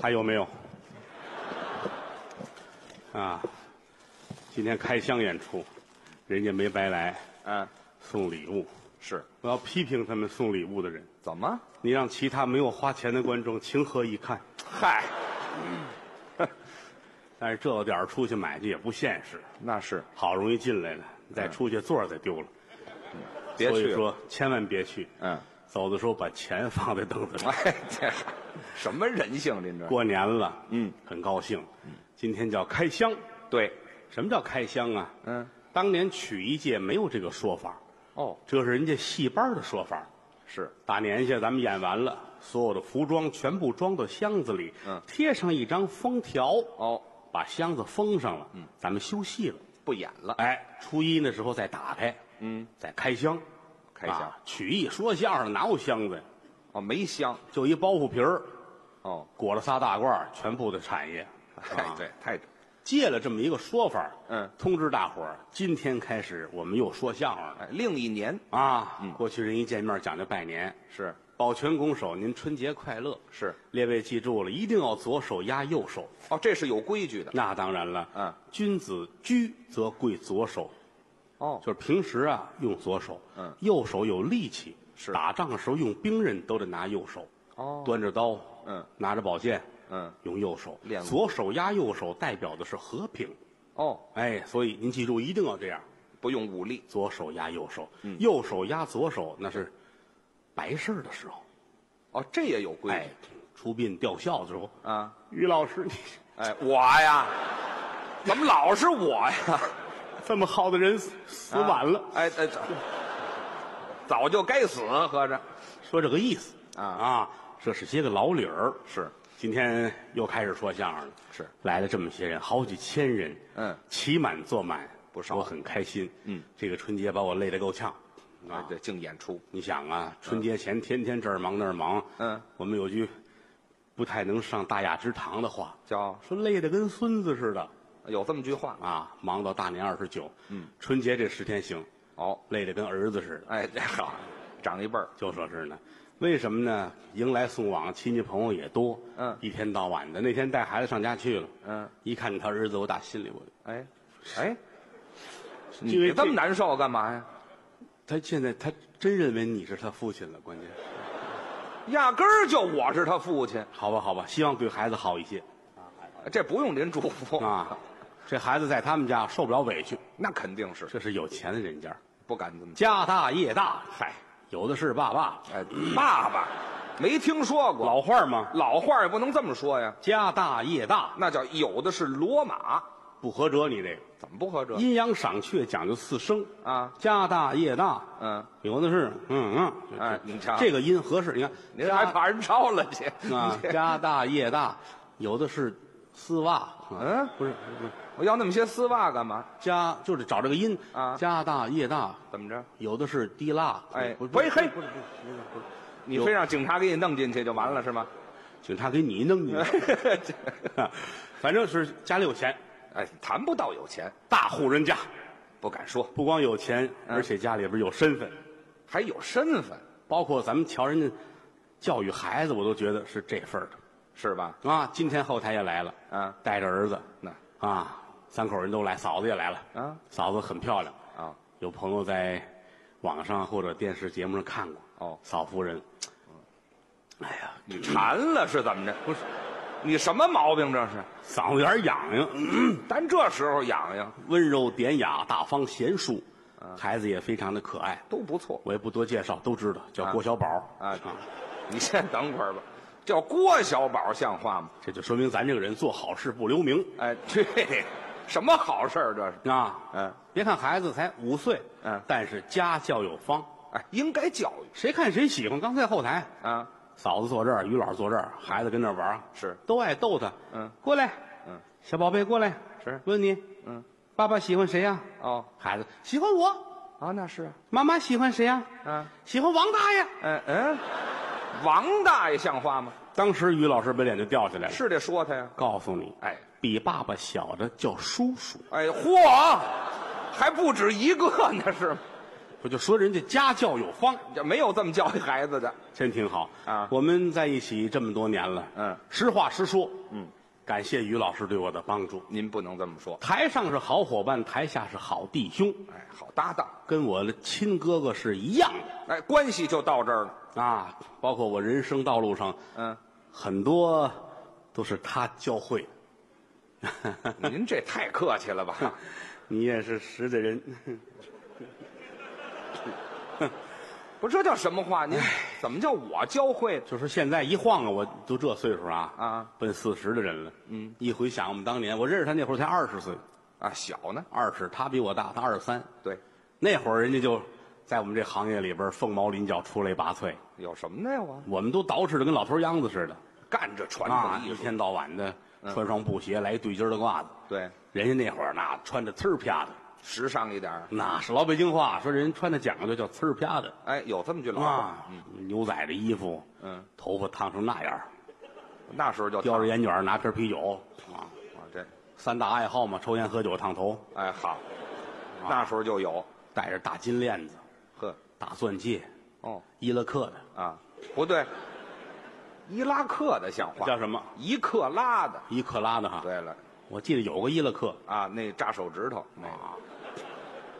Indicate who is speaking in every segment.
Speaker 1: 还有没有？啊，今天开箱演出，人家没白来，
Speaker 2: 嗯，
Speaker 1: 送礼物。
Speaker 2: 是
Speaker 1: 我要批评他们送礼物的人，
Speaker 2: 怎么？
Speaker 1: 你让其他没有花钱的观众情何以堪？
Speaker 2: 嗨，
Speaker 1: 但是这个点儿出去买去也不现实，
Speaker 2: 那是
Speaker 1: 好容易进来了，再出去座儿再丢了，
Speaker 2: 嗯别
Speaker 1: 所
Speaker 2: 去
Speaker 1: 以
Speaker 2: 了。
Speaker 1: 说千万别去。
Speaker 2: 嗯，
Speaker 1: 走的时候把钱放在凳子上。
Speaker 2: 哎，这是 什么人性？您这
Speaker 1: 过年了，
Speaker 2: 嗯，
Speaker 1: 很高兴，今天叫开箱。
Speaker 2: 对，
Speaker 1: 什么叫开箱啊？
Speaker 2: 嗯，
Speaker 1: 当年曲艺界没有这个说法，
Speaker 2: 哦，
Speaker 1: 这是人家戏班的说法。
Speaker 2: 是
Speaker 1: 大年下咱们演完了，所有的服装全部装到箱子里，
Speaker 2: 嗯
Speaker 1: 贴上一张封条，
Speaker 2: 哦，
Speaker 1: 把箱子封上了，嗯，咱们休息了。
Speaker 2: 不演了，
Speaker 1: 哎，初一那时候再打开，
Speaker 2: 嗯，
Speaker 1: 再开箱，
Speaker 2: 开箱
Speaker 1: 啊曲艺说相声哪有箱子呀？
Speaker 2: 哦，没香，
Speaker 1: 就一包袱皮儿，
Speaker 2: 哦，
Speaker 1: 裹了仨大褂儿，全部的产业。 啊
Speaker 2: 哎，对，太
Speaker 1: 借了这么一个说法，
Speaker 2: 嗯，
Speaker 1: 通知大伙儿，今天开始我们又说相声了
Speaker 2: 哎，另一年
Speaker 1: 啊。
Speaker 2: 嗯
Speaker 1: 过去人一见面讲究拜年，
Speaker 2: 是
Speaker 1: 抱拳拱手，您春节快乐。
Speaker 2: 是
Speaker 1: 列位记住了，一定要左手压右手。
Speaker 2: 哦，这是有规矩的
Speaker 1: 那当然了，
Speaker 2: 嗯，
Speaker 1: 君子居则贵左手，
Speaker 2: 哦
Speaker 1: 就是平时啊用左手，
Speaker 2: 嗯，
Speaker 1: 右手有力气，
Speaker 2: 是
Speaker 1: 打仗的时候用兵刃都得拿右手，
Speaker 2: 哦
Speaker 1: 端着刀，
Speaker 2: 嗯，
Speaker 1: 拿着宝剑，
Speaker 2: 嗯，
Speaker 1: 用右手
Speaker 2: 练，过
Speaker 1: 左手压右手代表的是和平。
Speaker 2: 哦，
Speaker 1: 哎，所以您记住，一定要这样，
Speaker 2: 不用武力
Speaker 1: 左手压右手，
Speaker 2: 嗯
Speaker 1: 右手压左手，那是白事儿的时候，
Speaker 2: 哦，这也有规
Speaker 1: 哎
Speaker 2: 矩，
Speaker 1: 出殡吊孝的时候。
Speaker 2: 啊，
Speaker 1: 于老师，你
Speaker 2: 哎，我 呀，怎么老是我呀？
Speaker 1: 这么好的人死死晚了，
Speaker 2: 啊哎哎，早早就该死，合着
Speaker 1: 说这个意思
Speaker 2: 啊
Speaker 1: 啊，这是些个老理儿。
Speaker 2: 是
Speaker 1: 今天又开始说相声了，
Speaker 2: 是
Speaker 1: 来了这么些人，好几千人，
Speaker 2: 嗯
Speaker 1: 骑满坐满，
Speaker 2: 不少
Speaker 1: 我很开心。
Speaker 2: 嗯，
Speaker 1: 这个春节把我累得够呛，
Speaker 2: 哎
Speaker 1: 啊，，
Speaker 2: 对，净演出，
Speaker 1: 你想啊，春节前天天这儿忙那儿忙，
Speaker 2: 嗯，
Speaker 1: 我们有句不太能上大雅之堂的话，
Speaker 2: 叫
Speaker 1: 说累得跟孙子似的
Speaker 2: 有这么句话
Speaker 1: 啊，忙到大年二十九，嗯，春节这十天行，
Speaker 2: 哦，
Speaker 1: 累得跟儿子似的，
Speaker 2: 哎，这好，长一辈儿，
Speaker 1: 就说是呢。为什么呢？迎来送往，亲戚朋友也多，
Speaker 2: 嗯
Speaker 1: 一天到晚的。那天带孩子上家去了，
Speaker 2: 嗯，
Speaker 1: 一看他儿子，我打心里我，
Speaker 2: 哎，哎，你
Speaker 1: 这位
Speaker 2: 这么难受干嘛呀？
Speaker 1: 他现在他真认为你是他父亲了，关键
Speaker 2: 压根儿就我是他父亲，
Speaker 1: 好吧，好吧，希望对孩子好一些
Speaker 2: 这不用您祝福，
Speaker 1: 啊。这孩子在他们家受不了委屈，
Speaker 2: 那肯定是
Speaker 1: 这是有钱的人家，
Speaker 2: 不敢这么。
Speaker 1: 家大业大，嗨，有的是爸爸。
Speaker 2: 哎，爸爸，没听说过
Speaker 1: 老话儿嘛，
Speaker 2: 老话也不能这么说呀，
Speaker 1: 家大业大，
Speaker 2: 那叫有的是骡马，
Speaker 1: 不合辙。你这个
Speaker 2: 怎么不合辙
Speaker 1: 阴阳赏却讲究四声，
Speaker 2: 啊？
Speaker 1: 家大业大，
Speaker 2: 嗯，
Speaker 1: 有的是，嗯嗯，
Speaker 2: 哎你瞧
Speaker 1: 这个音合适。你看，
Speaker 2: 您
Speaker 1: 家
Speaker 2: 还怕人抄了去？
Speaker 1: 啊，家大业大，有的是丝袜，啊
Speaker 2: 嗯，
Speaker 1: 不是
Speaker 2: 我要那么些丝袜干嘛？
Speaker 1: 家就是找这个音
Speaker 2: 啊
Speaker 1: 家大业大，
Speaker 2: 怎么着？
Speaker 1: 有的是滴蜡，
Speaker 2: 哎
Speaker 1: 不是
Speaker 2: 喂嘿
Speaker 1: 不是不是不是不是
Speaker 2: 你
Speaker 1: 有
Speaker 2: 非让警察给你弄进去就完了 是吗？
Speaker 1: 警察给你 弄进去，反正是家里有钱，
Speaker 2: 哎，谈不到有钱，
Speaker 1: 大户人家，
Speaker 2: 不敢说，
Speaker 1: 不光有钱，
Speaker 2: 嗯
Speaker 1: 而且家里边有身份，
Speaker 2: 还有身份
Speaker 1: 包括咱们瞧人家教育孩子，我都觉得是这份儿的
Speaker 2: 是吧？
Speaker 1: 啊。今天后台也来了，
Speaker 2: 啊，
Speaker 1: 带着儿子，
Speaker 2: 那
Speaker 1: 啊，三口人都来，嫂子也来了，
Speaker 2: 啊，
Speaker 1: 嫂子很漂亮，
Speaker 2: 啊，
Speaker 1: 有朋友在网上或者电视节目上看过，
Speaker 2: 哦
Speaker 1: 嫂夫人，哎
Speaker 2: 嗯
Speaker 1: 呀，
Speaker 2: 你馋了是怎么着？
Speaker 1: 不是
Speaker 2: 你什么毛病这是？
Speaker 1: 嗓子眼儿痒痒，
Speaker 2: 但这时候痒痒
Speaker 1: 温柔典雅，大方贤淑，
Speaker 2: 嗯
Speaker 1: 孩子也非常的可爱，
Speaker 2: 都不错
Speaker 1: 我也不多介绍，都知道，叫郭小宝
Speaker 2: 啊。你先等会儿吧，叫郭小宝像话吗？
Speaker 1: 这就说明咱这个人做好事不留名
Speaker 2: 哎，对，什么好事儿这是？
Speaker 1: 啊。
Speaker 2: 嗯，
Speaker 1: 别看孩子才五岁，
Speaker 2: 嗯
Speaker 1: 但是家教有方，
Speaker 2: 哎，应该教育
Speaker 1: 谁看谁喜欢。刚才后台，
Speaker 2: 啊，
Speaker 1: 嫂子坐这儿，于老师坐这儿，孩子跟那儿玩儿
Speaker 2: 是
Speaker 1: 都爱逗他。
Speaker 2: 嗯，
Speaker 1: 过来，
Speaker 2: 嗯，
Speaker 1: 小宝贝过来，
Speaker 2: 是
Speaker 1: 问你，
Speaker 2: 嗯，
Speaker 1: 爸爸喜欢谁呀、
Speaker 2: 哦
Speaker 1: 孩子喜欢我，
Speaker 2: 啊，那是
Speaker 1: 妈妈喜欢谁呀、
Speaker 2: 啊，
Speaker 1: 喜欢王大爷。
Speaker 2: 嗯嗯，王大爷像话吗？
Speaker 1: 当时于老师把脸就掉下来了。
Speaker 2: 是得说他呀。
Speaker 1: 告诉你，
Speaker 2: 哎
Speaker 1: 比爸爸小的叫叔叔，
Speaker 2: 哎，嚯，还不止一个呢，是吗？
Speaker 1: 我就说人家家教有方，
Speaker 2: 这没有这么教育孩子的。
Speaker 1: 真挺好
Speaker 2: 啊
Speaker 1: 我们在一起这么多年了，
Speaker 2: 嗯，
Speaker 1: 实话实说，
Speaker 2: 嗯，
Speaker 1: 感谢于老师对我的帮助。
Speaker 2: 您不能这么说，
Speaker 1: 台上是好伙伴，台下是好弟兄，
Speaker 2: 哎，好搭档，
Speaker 1: 跟我的亲哥哥是一样
Speaker 2: 哎，关系就到这儿了。
Speaker 1: 的啊。包括我人生道路上
Speaker 2: 嗯，
Speaker 1: 很多都是他教会的。
Speaker 2: 您这太客气了吧？
Speaker 1: 你也是实在人，
Speaker 2: 不，这叫什么话？您怎么叫我教会的？
Speaker 1: 就是现在一晃啊，我都这岁数啊，
Speaker 2: 啊，
Speaker 1: 奔四十的人了。嗯，一回想我们当年，我认识他那会儿才二十岁，
Speaker 2: 啊，小呢？
Speaker 1: 二十，他比我大，他二十三。
Speaker 2: 对，
Speaker 1: 那会儿人家就在我们这行业里边凤毛麟角、出类拔萃，
Speaker 2: 有什么的我
Speaker 1: 我们都捯饬的跟老头秧子似的
Speaker 2: 干着传
Speaker 1: 啊，
Speaker 2: 统
Speaker 1: 一
Speaker 2: 艺术。嗯
Speaker 1: 天到晚的穿双布鞋，来一对襟儿的褂子。
Speaker 2: 对，
Speaker 1: 人家那会儿那穿着呲儿啪的，
Speaker 2: 时尚一点儿。
Speaker 1: 那是老北京话，说人穿的讲究叫呲儿啪的
Speaker 2: 哎，有这么句老话。
Speaker 1: 啊，牛仔的衣服，
Speaker 2: 嗯，
Speaker 1: 头发烫成那样儿，
Speaker 2: 那时候就
Speaker 1: 叼着烟卷儿拿瓶啤酒啊，
Speaker 2: 啊，这
Speaker 1: 三大爱好嘛，抽烟、喝酒、烫头，
Speaker 2: 哎好，那时候就有。
Speaker 1: 戴着大金链子、
Speaker 2: 呵，
Speaker 1: 大钻戒，
Speaker 2: 哦
Speaker 1: 伊拉克的，
Speaker 2: 啊，不对，伊拉克的像话，
Speaker 1: 叫什么？
Speaker 2: 一克拉的。
Speaker 1: 伊克拉的哈。
Speaker 2: 对了，
Speaker 1: 我记得有个伊拉克
Speaker 2: 啊，那扎手指头没有
Speaker 1: 啊，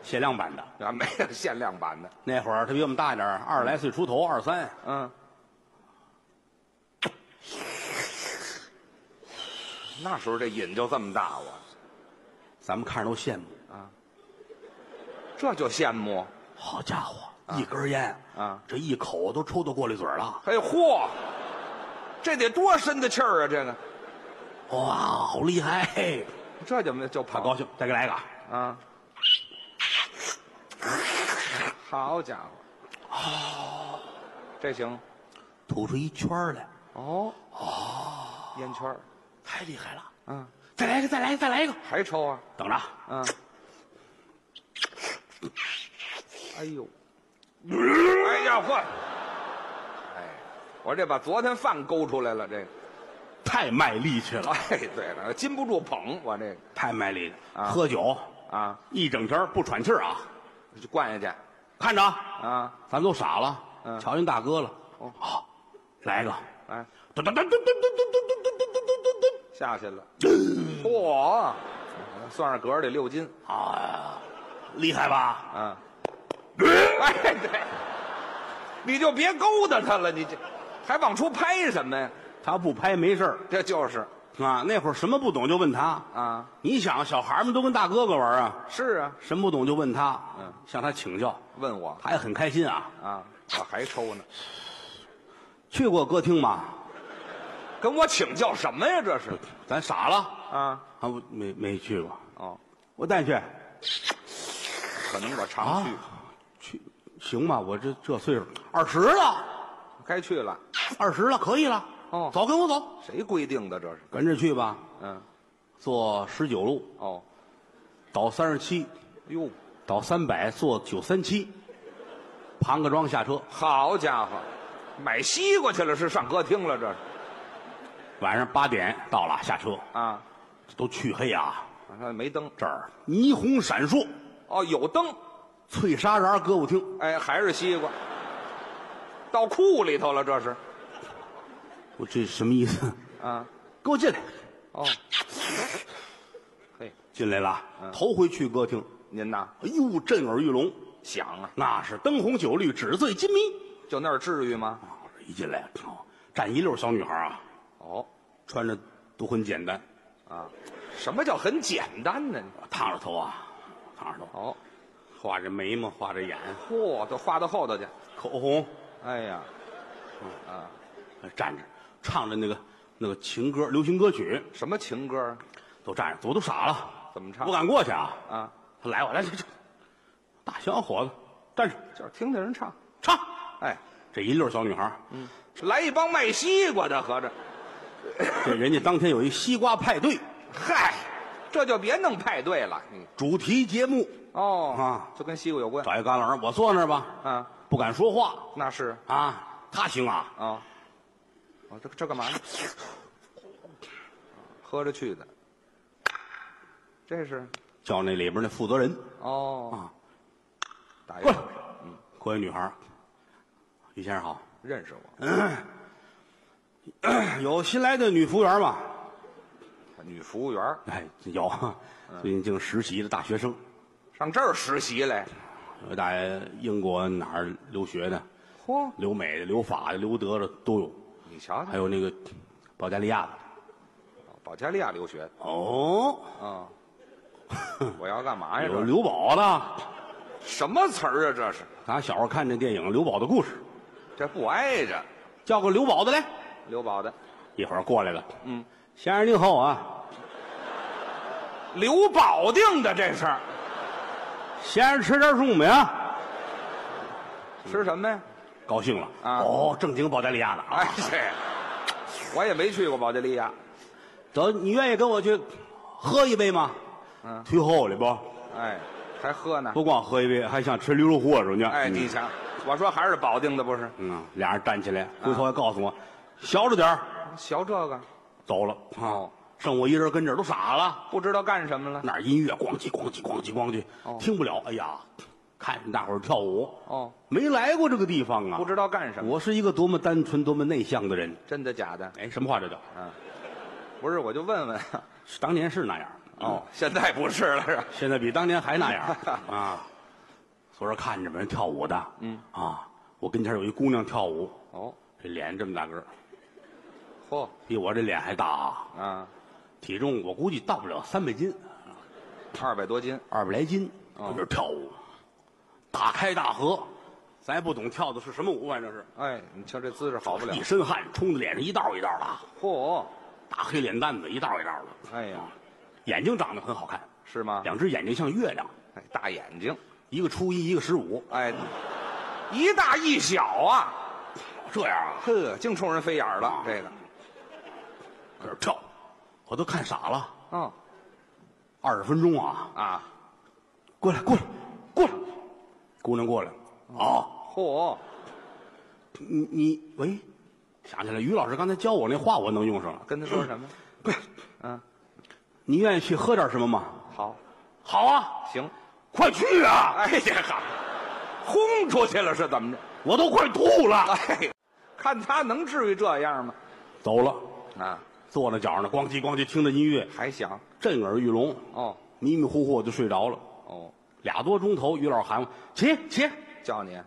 Speaker 1: 限量版的。
Speaker 2: 啊，没有限量版的。
Speaker 1: 那会儿他比我们大一点儿，二十来岁出头，二三。
Speaker 2: 嗯，那时候这瘾就这么大，我
Speaker 1: 咱们看着都羡慕。
Speaker 2: 这就羡慕。
Speaker 1: 好家伙，一根烟
Speaker 2: 啊，
Speaker 1: 这一口都抽到过滤嘴儿了。
Speaker 2: 哎嚯，这得多深的气儿啊！这个，
Speaker 1: 哇，好厉害！ 嘿
Speaker 2: 这就没就跑
Speaker 1: 他高兴，再给来一个。
Speaker 2: 啊！好家伙，哦这行
Speaker 1: 吐出一圈儿来，
Speaker 2: 哦哦，烟圈儿
Speaker 1: 太厉害了！
Speaker 2: 啊，
Speaker 1: 再来一个，再来一个，再来一个。
Speaker 2: 还抽啊？
Speaker 1: 等着，
Speaker 2: 嗯，哎呦，哎呀嚯！哎，我这把昨天饭勾出来了，这个，
Speaker 1: 太卖力气了，
Speaker 2: 哎，对了，禁不住捧我这个
Speaker 1: 太卖力了。
Speaker 2: 啊
Speaker 1: 喝酒
Speaker 2: 啊，
Speaker 1: 一整天儿不喘气儿啊，
Speaker 2: 就灌下去
Speaker 1: 看着啊，
Speaker 2: 啊，
Speaker 1: 咱都傻了，
Speaker 2: 嗯
Speaker 1: 瞧见大哥了。
Speaker 2: 哦
Speaker 1: 好，来一个。
Speaker 2: 哎，
Speaker 1: 噔噔噔噔噔噔噔噔噔噔
Speaker 2: 下去了，嚯，算上格里六斤
Speaker 1: 噔噔噔！啊，厉害吧？
Speaker 2: 啊，哎对，你就别勾搭他了，你这还往出拍什么呀？
Speaker 1: 他不拍没事儿
Speaker 2: 这就是
Speaker 1: 啊。那会儿什么不懂就问他。
Speaker 2: 啊，
Speaker 1: 你想，小孩儿们都跟大哥哥玩儿啊，
Speaker 2: 是啊，
Speaker 1: 什么不懂就问他，
Speaker 2: 嗯，
Speaker 1: 向他请教，
Speaker 2: 问我
Speaker 1: 他也很开心啊。
Speaker 2: 啊，我还抽呢。
Speaker 1: 去过歌厅吗？
Speaker 2: 跟我请教什么呀？这是
Speaker 1: 咱傻了，
Speaker 2: 啊，
Speaker 1: 啊，不没没去过，
Speaker 2: 哦，
Speaker 1: 我带你去
Speaker 2: 可能我常
Speaker 1: 啊
Speaker 2: 去，，
Speaker 1: 去行吗？我这这岁数二十了，
Speaker 2: 该去了。
Speaker 1: 二十了，可以了。
Speaker 2: 哦
Speaker 1: 走，跟我走，
Speaker 2: 谁规定的？这是，
Speaker 1: 跟着去吧。
Speaker 2: 嗯，
Speaker 1: 坐十九路，
Speaker 2: 哦，
Speaker 1: 倒三十七，
Speaker 2: 哟，
Speaker 1: 倒三百，坐九三七，庞各庄下车。
Speaker 2: 好家伙，买西瓜去了是上歌厅了？这是
Speaker 1: 晚上八点到了，下车，
Speaker 2: 啊，
Speaker 1: 都黢黑啊，
Speaker 2: 啊没灯，
Speaker 1: 这儿霓虹闪烁，
Speaker 2: 哦，有灯，
Speaker 1: 翠纱瓤歌舞厅，
Speaker 2: 哎，还是西瓜，到库里头了，这是
Speaker 1: 我这什么意思？
Speaker 2: 啊，
Speaker 1: 给我进来，
Speaker 2: 哦，嘿，
Speaker 1: 进来了啊，头回去歌厅，
Speaker 2: 您呐
Speaker 1: 哎呦，震耳欲聋，
Speaker 2: 想啊，
Speaker 1: 那是灯红酒绿，纸醉金迷。
Speaker 2: 就那儿至于吗？
Speaker 1: 啊，一进来，哦站一溜小女孩啊，
Speaker 2: 哦，
Speaker 1: 穿着都很简单，
Speaker 2: 啊，什么叫很简单呢？
Speaker 1: 烫着头啊，烫着头，
Speaker 2: 哦，
Speaker 1: 画着眉毛，画着眼，
Speaker 2: 嚯，都画到后头去。
Speaker 1: 口红，
Speaker 2: 哎呀，
Speaker 1: 站着唱着那个那个情歌、流行歌曲，
Speaker 2: 什么情歌啊
Speaker 1: 都站着，我都傻了，
Speaker 2: 怎么唱
Speaker 1: 不敢过去啊！
Speaker 2: 啊？
Speaker 1: 他来我来，这这大小伙子站着
Speaker 2: 就是听听人唱。
Speaker 1: 唱，
Speaker 2: 哎，
Speaker 1: 这一溜小女孩，
Speaker 2: 来一帮卖西瓜的，合着，
Speaker 1: 这人家当天有一西瓜派对
Speaker 2: 嗨，这就别弄派对了。嗯，
Speaker 1: 主题节目，
Speaker 2: 哦，
Speaker 1: 啊
Speaker 2: 就跟西瓜有关
Speaker 1: 找一旮旯，我坐那儿吧，
Speaker 2: 啊，
Speaker 1: 不敢说话
Speaker 2: 那是
Speaker 1: 啊，他行啊，
Speaker 2: 啊，哦，这这 干嘛呢？喝着去的，这是
Speaker 1: 叫那里边那负责人
Speaker 2: 哦，
Speaker 1: 啊
Speaker 2: 打一
Speaker 1: 过
Speaker 2: 个
Speaker 1: 来，嗯过一女孩儿，于先生好，
Speaker 2: 认识我，
Speaker 1: 有新来的女服务员吗？
Speaker 2: 女服务员儿
Speaker 1: 哎，有，最近正实习的大学生，
Speaker 2: 上这儿实习来，
Speaker 1: 有在英国哪儿留学的，
Speaker 2: 嚯，
Speaker 1: 留美的、留法的、留德的都有，
Speaker 2: 你瞧
Speaker 1: 还
Speaker 2: 瞧，
Speaker 1: 有那个保加利亚的。
Speaker 2: 保加利亚 留学
Speaker 1: 哦，
Speaker 2: 啊，我要干嘛呀？
Speaker 1: 有
Speaker 2: 这
Speaker 1: 刘宝的，
Speaker 2: 什么词儿啊？这是，
Speaker 1: 咱小时候看那电影《刘宝的故事》，
Speaker 2: 这不挨着
Speaker 1: 叫个刘宝的来，
Speaker 2: 刘宝的
Speaker 1: 一会儿过来了。
Speaker 2: 嗯，
Speaker 1: 先生您好啊，
Speaker 2: 刘保定的这是
Speaker 1: 先生吃点中午没啊？
Speaker 2: 吃什么呀？
Speaker 1: 高兴了
Speaker 2: 啊
Speaker 1: 哦，正经保加利亚的啊，
Speaker 2: 哎，这我也没去过保加利亚，
Speaker 1: 走，你愿意跟我去喝一杯吗？
Speaker 2: 嗯
Speaker 1: 忒厚了不？
Speaker 2: 哎，还喝呢。
Speaker 1: 不光喝一杯，还想吃驴肉火烧呢。
Speaker 2: 哎，
Speaker 1: 嗯
Speaker 2: 你瞧，我说还是保定的不是？
Speaker 1: 嗯，俩人站起
Speaker 2: 啊
Speaker 1: 来，回头还告诉我，小着点儿，
Speaker 2: 学这个
Speaker 1: 走了啊
Speaker 2: 哦，
Speaker 1: 剩我一人跟这儿都傻了。
Speaker 2: 不知道干什么了。
Speaker 1: 那儿音乐咣叽咣叽咣叽咣叽，
Speaker 2: 哦
Speaker 1: 听不了。哎呀，看着大伙儿跳舞，
Speaker 2: 哦，
Speaker 1: 没来过这个地方啊，
Speaker 2: 不知道干什么。
Speaker 1: 我是一个多么单纯、多么内向的人。
Speaker 2: 真的假的？
Speaker 1: 哎，什么话这叫？
Speaker 2: 不是，我就问问。
Speaker 1: 是当年是那样，
Speaker 2: 哦，现在不是了，是吧？
Speaker 1: 现在比当年还那样 啊。所以说看着吧，人跳舞的，嗯啊，我跟前有一姑娘跳舞，
Speaker 2: 哦，
Speaker 1: 这脸这么大个儿，
Speaker 2: 嚯
Speaker 1: 比我这脸还大啊，
Speaker 2: 啊，
Speaker 1: 体重我估计到不了三百斤，
Speaker 2: 二百多斤，
Speaker 1: 二百来斤，
Speaker 2: 哦
Speaker 1: 跟这儿跳舞，大开大合，咱也不懂跳的是什么舞，反正是
Speaker 2: 哎，你瞧这姿势好不了
Speaker 1: 一。身汗冲的脸上一道一道的啊，
Speaker 2: 嚯，
Speaker 1: 大黑脸蛋子一道一道的，
Speaker 2: 哎呀，
Speaker 1: 眼睛长得很好看，
Speaker 2: 是吗？
Speaker 1: 两只眼睛像月亮，
Speaker 2: 哎，大眼睛，
Speaker 1: 一个初一，一个十五，
Speaker 2: 哎，一大一小啊，
Speaker 1: 这样啊，
Speaker 2: 呵，净冲人飞眼儿了。这个，
Speaker 1: 搁这儿跳，我都看傻了。
Speaker 2: 哦
Speaker 1: 二十分钟啊，
Speaker 2: 啊，
Speaker 1: 过来，过来，过来，姑娘过来，啊，
Speaker 2: 嚯，
Speaker 1: 你你喂，想起来于老师刚才教我那话，我能用上了。
Speaker 2: 跟他说什么？
Speaker 1: 过来，
Speaker 2: 嗯，
Speaker 1: 你愿意去喝点什么吗？
Speaker 2: 好，
Speaker 1: 好啊，
Speaker 2: 行。
Speaker 1: 快去啊！
Speaker 2: 哎呀，好，轰出去了是怎么着？
Speaker 1: 我都快吐了。
Speaker 2: 哎，看他能至于这样吗？
Speaker 1: 走了，
Speaker 2: 啊，
Speaker 1: 坐那脚呢，咣叽咣叽听着音乐，
Speaker 2: 还想
Speaker 1: 震耳欲聋，
Speaker 2: 哦
Speaker 1: 迷迷糊糊我就睡着了。
Speaker 2: 哦，
Speaker 1: 俩多钟头，于老师喊我起起，
Speaker 2: 叫你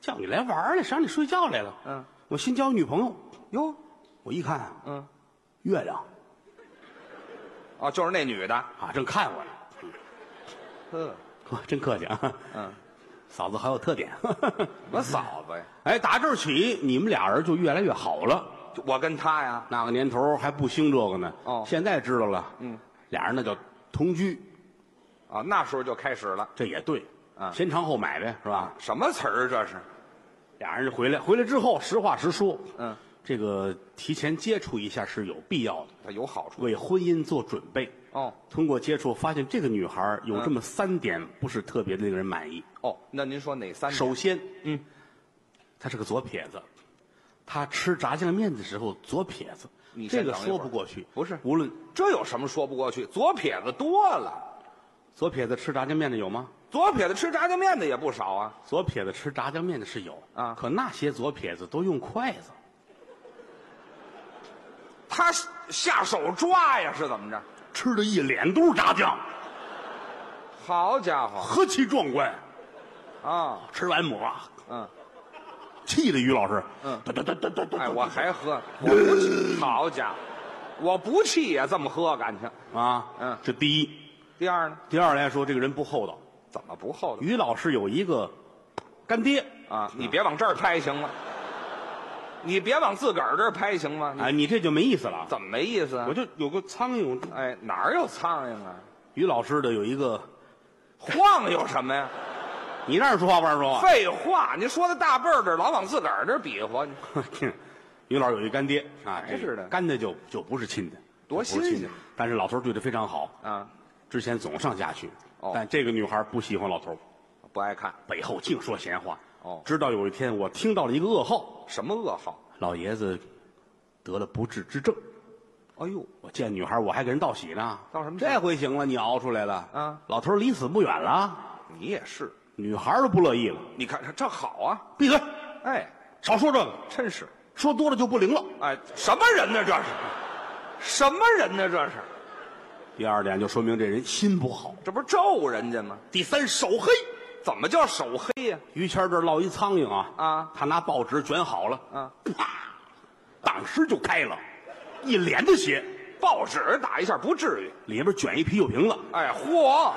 Speaker 1: 叫你来玩儿来，谁让你睡觉来了？
Speaker 2: 嗯，
Speaker 1: 我新交女朋友，
Speaker 2: 哟，
Speaker 1: 我一看
Speaker 2: 嗯，
Speaker 1: 月亮
Speaker 2: 哦，就是那女的，
Speaker 1: 啊，正看我呢，
Speaker 2: 呵，
Speaker 1: 呵，真客气啊。
Speaker 2: 嗯，
Speaker 1: 嫂子好有特点。
Speaker 2: 我嫂子呀，
Speaker 1: 哎，打这儿起，你们俩人就越来越好了。
Speaker 2: 就我跟她呀，
Speaker 1: 那个年头还不兴这个呢，
Speaker 2: 哦
Speaker 1: 现在知道了，
Speaker 2: 嗯，
Speaker 1: 俩人那叫同居，
Speaker 2: 啊，那时候就开始了，
Speaker 1: 这也对，
Speaker 2: 啊
Speaker 1: 先尝后买呗，是吧？
Speaker 2: 什么词儿这是？
Speaker 1: 俩人就回来，回来之后实话实说，
Speaker 2: 嗯，
Speaker 1: 这个提前接触一下是有必要的，
Speaker 2: 它有好处
Speaker 1: 为婚姻做准备。
Speaker 2: 哦
Speaker 1: 通过接触发现这个女孩
Speaker 2: 嗯
Speaker 1: 有这么三点不是特别的令人满意。
Speaker 2: 哦，那您说哪三点？
Speaker 1: 首先，嗯，她是个左撇子，她吃炸酱面的时候左撇子，
Speaker 2: 你
Speaker 1: 这
Speaker 2: 先
Speaker 1: 个
Speaker 2: 等一会
Speaker 1: 说
Speaker 2: 儿
Speaker 1: 不过去。
Speaker 2: 不是
Speaker 1: 无论
Speaker 2: 这有什么说不过去？左撇子多了，
Speaker 1: 左撇子吃炸酱面的有吗？
Speaker 2: 左撇子吃炸酱面的也不少啊，
Speaker 1: 左撇子吃炸酱面的是有
Speaker 2: 啊
Speaker 1: 可那些左撇子都用筷子，
Speaker 2: 他下手抓呀是怎么着？
Speaker 1: 吃的一脸都是炸酱，
Speaker 2: 好家伙
Speaker 1: 何其壮观！
Speaker 2: 啊，
Speaker 1: 吃完抹啊，
Speaker 2: 嗯。
Speaker 1: 气的于老师，
Speaker 2: 嗯
Speaker 1: 哒哒哒哒哒哒，
Speaker 2: 哎，我还喝，我不气，好家伙，我不气也这么喝，感情。
Speaker 1: 啊，
Speaker 2: 嗯
Speaker 1: 这第一，
Speaker 2: 第二呢，
Speaker 1: 第二来说，这个人不厚道。
Speaker 2: 怎么不厚道
Speaker 1: 于老师有一个干爹，
Speaker 2: 啊？你别往这儿拍行吗？你别往自个儿这儿拍行吗？你
Speaker 1: 哎，你这就没意思了。
Speaker 2: 怎么没意思啊
Speaker 1: 我？就有个苍蝇，
Speaker 2: 哎，哪儿有苍蝇啊？
Speaker 1: 于老师的有一个，
Speaker 2: 晃有什么呀？
Speaker 1: 你那儿说话不让说话。
Speaker 2: 废话，您说的大辈儿这儿老往自个儿这儿比划，你
Speaker 1: 于老师有一干爹啊，
Speaker 2: 还哎是的
Speaker 1: 干的就就不是亲的，
Speaker 2: 多
Speaker 1: 就不是亲
Speaker 2: 新
Speaker 1: 的
Speaker 2: 鲜。
Speaker 1: 但是老头儿对他非常好，
Speaker 2: 啊，
Speaker 1: 之前总上下去，
Speaker 2: 哦
Speaker 1: 但这个女孩不喜欢老头儿，
Speaker 2: 不爱看
Speaker 1: 背后净说闲话。
Speaker 2: 哦
Speaker 1: 直到有一天我听到了一个噩耗，
Speaker 2: 什么噩耗？
Speaker 1: 老爷子得了不治之症。
Speaker 2: 哎呦，
Speaker 1: 我见女孩我还给人道喜呢，
Speaker 2: 道什么喜
Speaker 1: 这回行了，你熬出来了
Speaker 2: 啊！
Speaker 1: 老头儿离死不远了，
Speaker 2: 你也是
Speaker 1: 女孩儿都不乐意了，
Speaker 2: 你看这好啊，
Speaker 1: 闭嘴，
Speaker 2: 哎，
Speaker 1: 少说这个，
Speaker 2: 真是，
Speaker 1: 说多了就不灵了。
Speaker 2: 哎，什么人呢这是？什么人呢这是？
Speaker 1: 第二点就说明这人心不好。
Speaker 2: 这不是咒人家吗？
Speaker 1: 第三，手黑。
Speaker 2: 怎么叫手黑呀、
Speaker 1: 于谦儿这儿落一苍蝇啊
Speaker 2: 啊
Speaker 1: 他拿报纸卷好了，
Speaker 2: 啊？
Speaker 1: 当时就开了，一脸的血，
Speaker 2: 报纸打一下不至于。
Speaker 1: 里边卷一啤酒瓶子。
Speaker 2: 哎，嚯！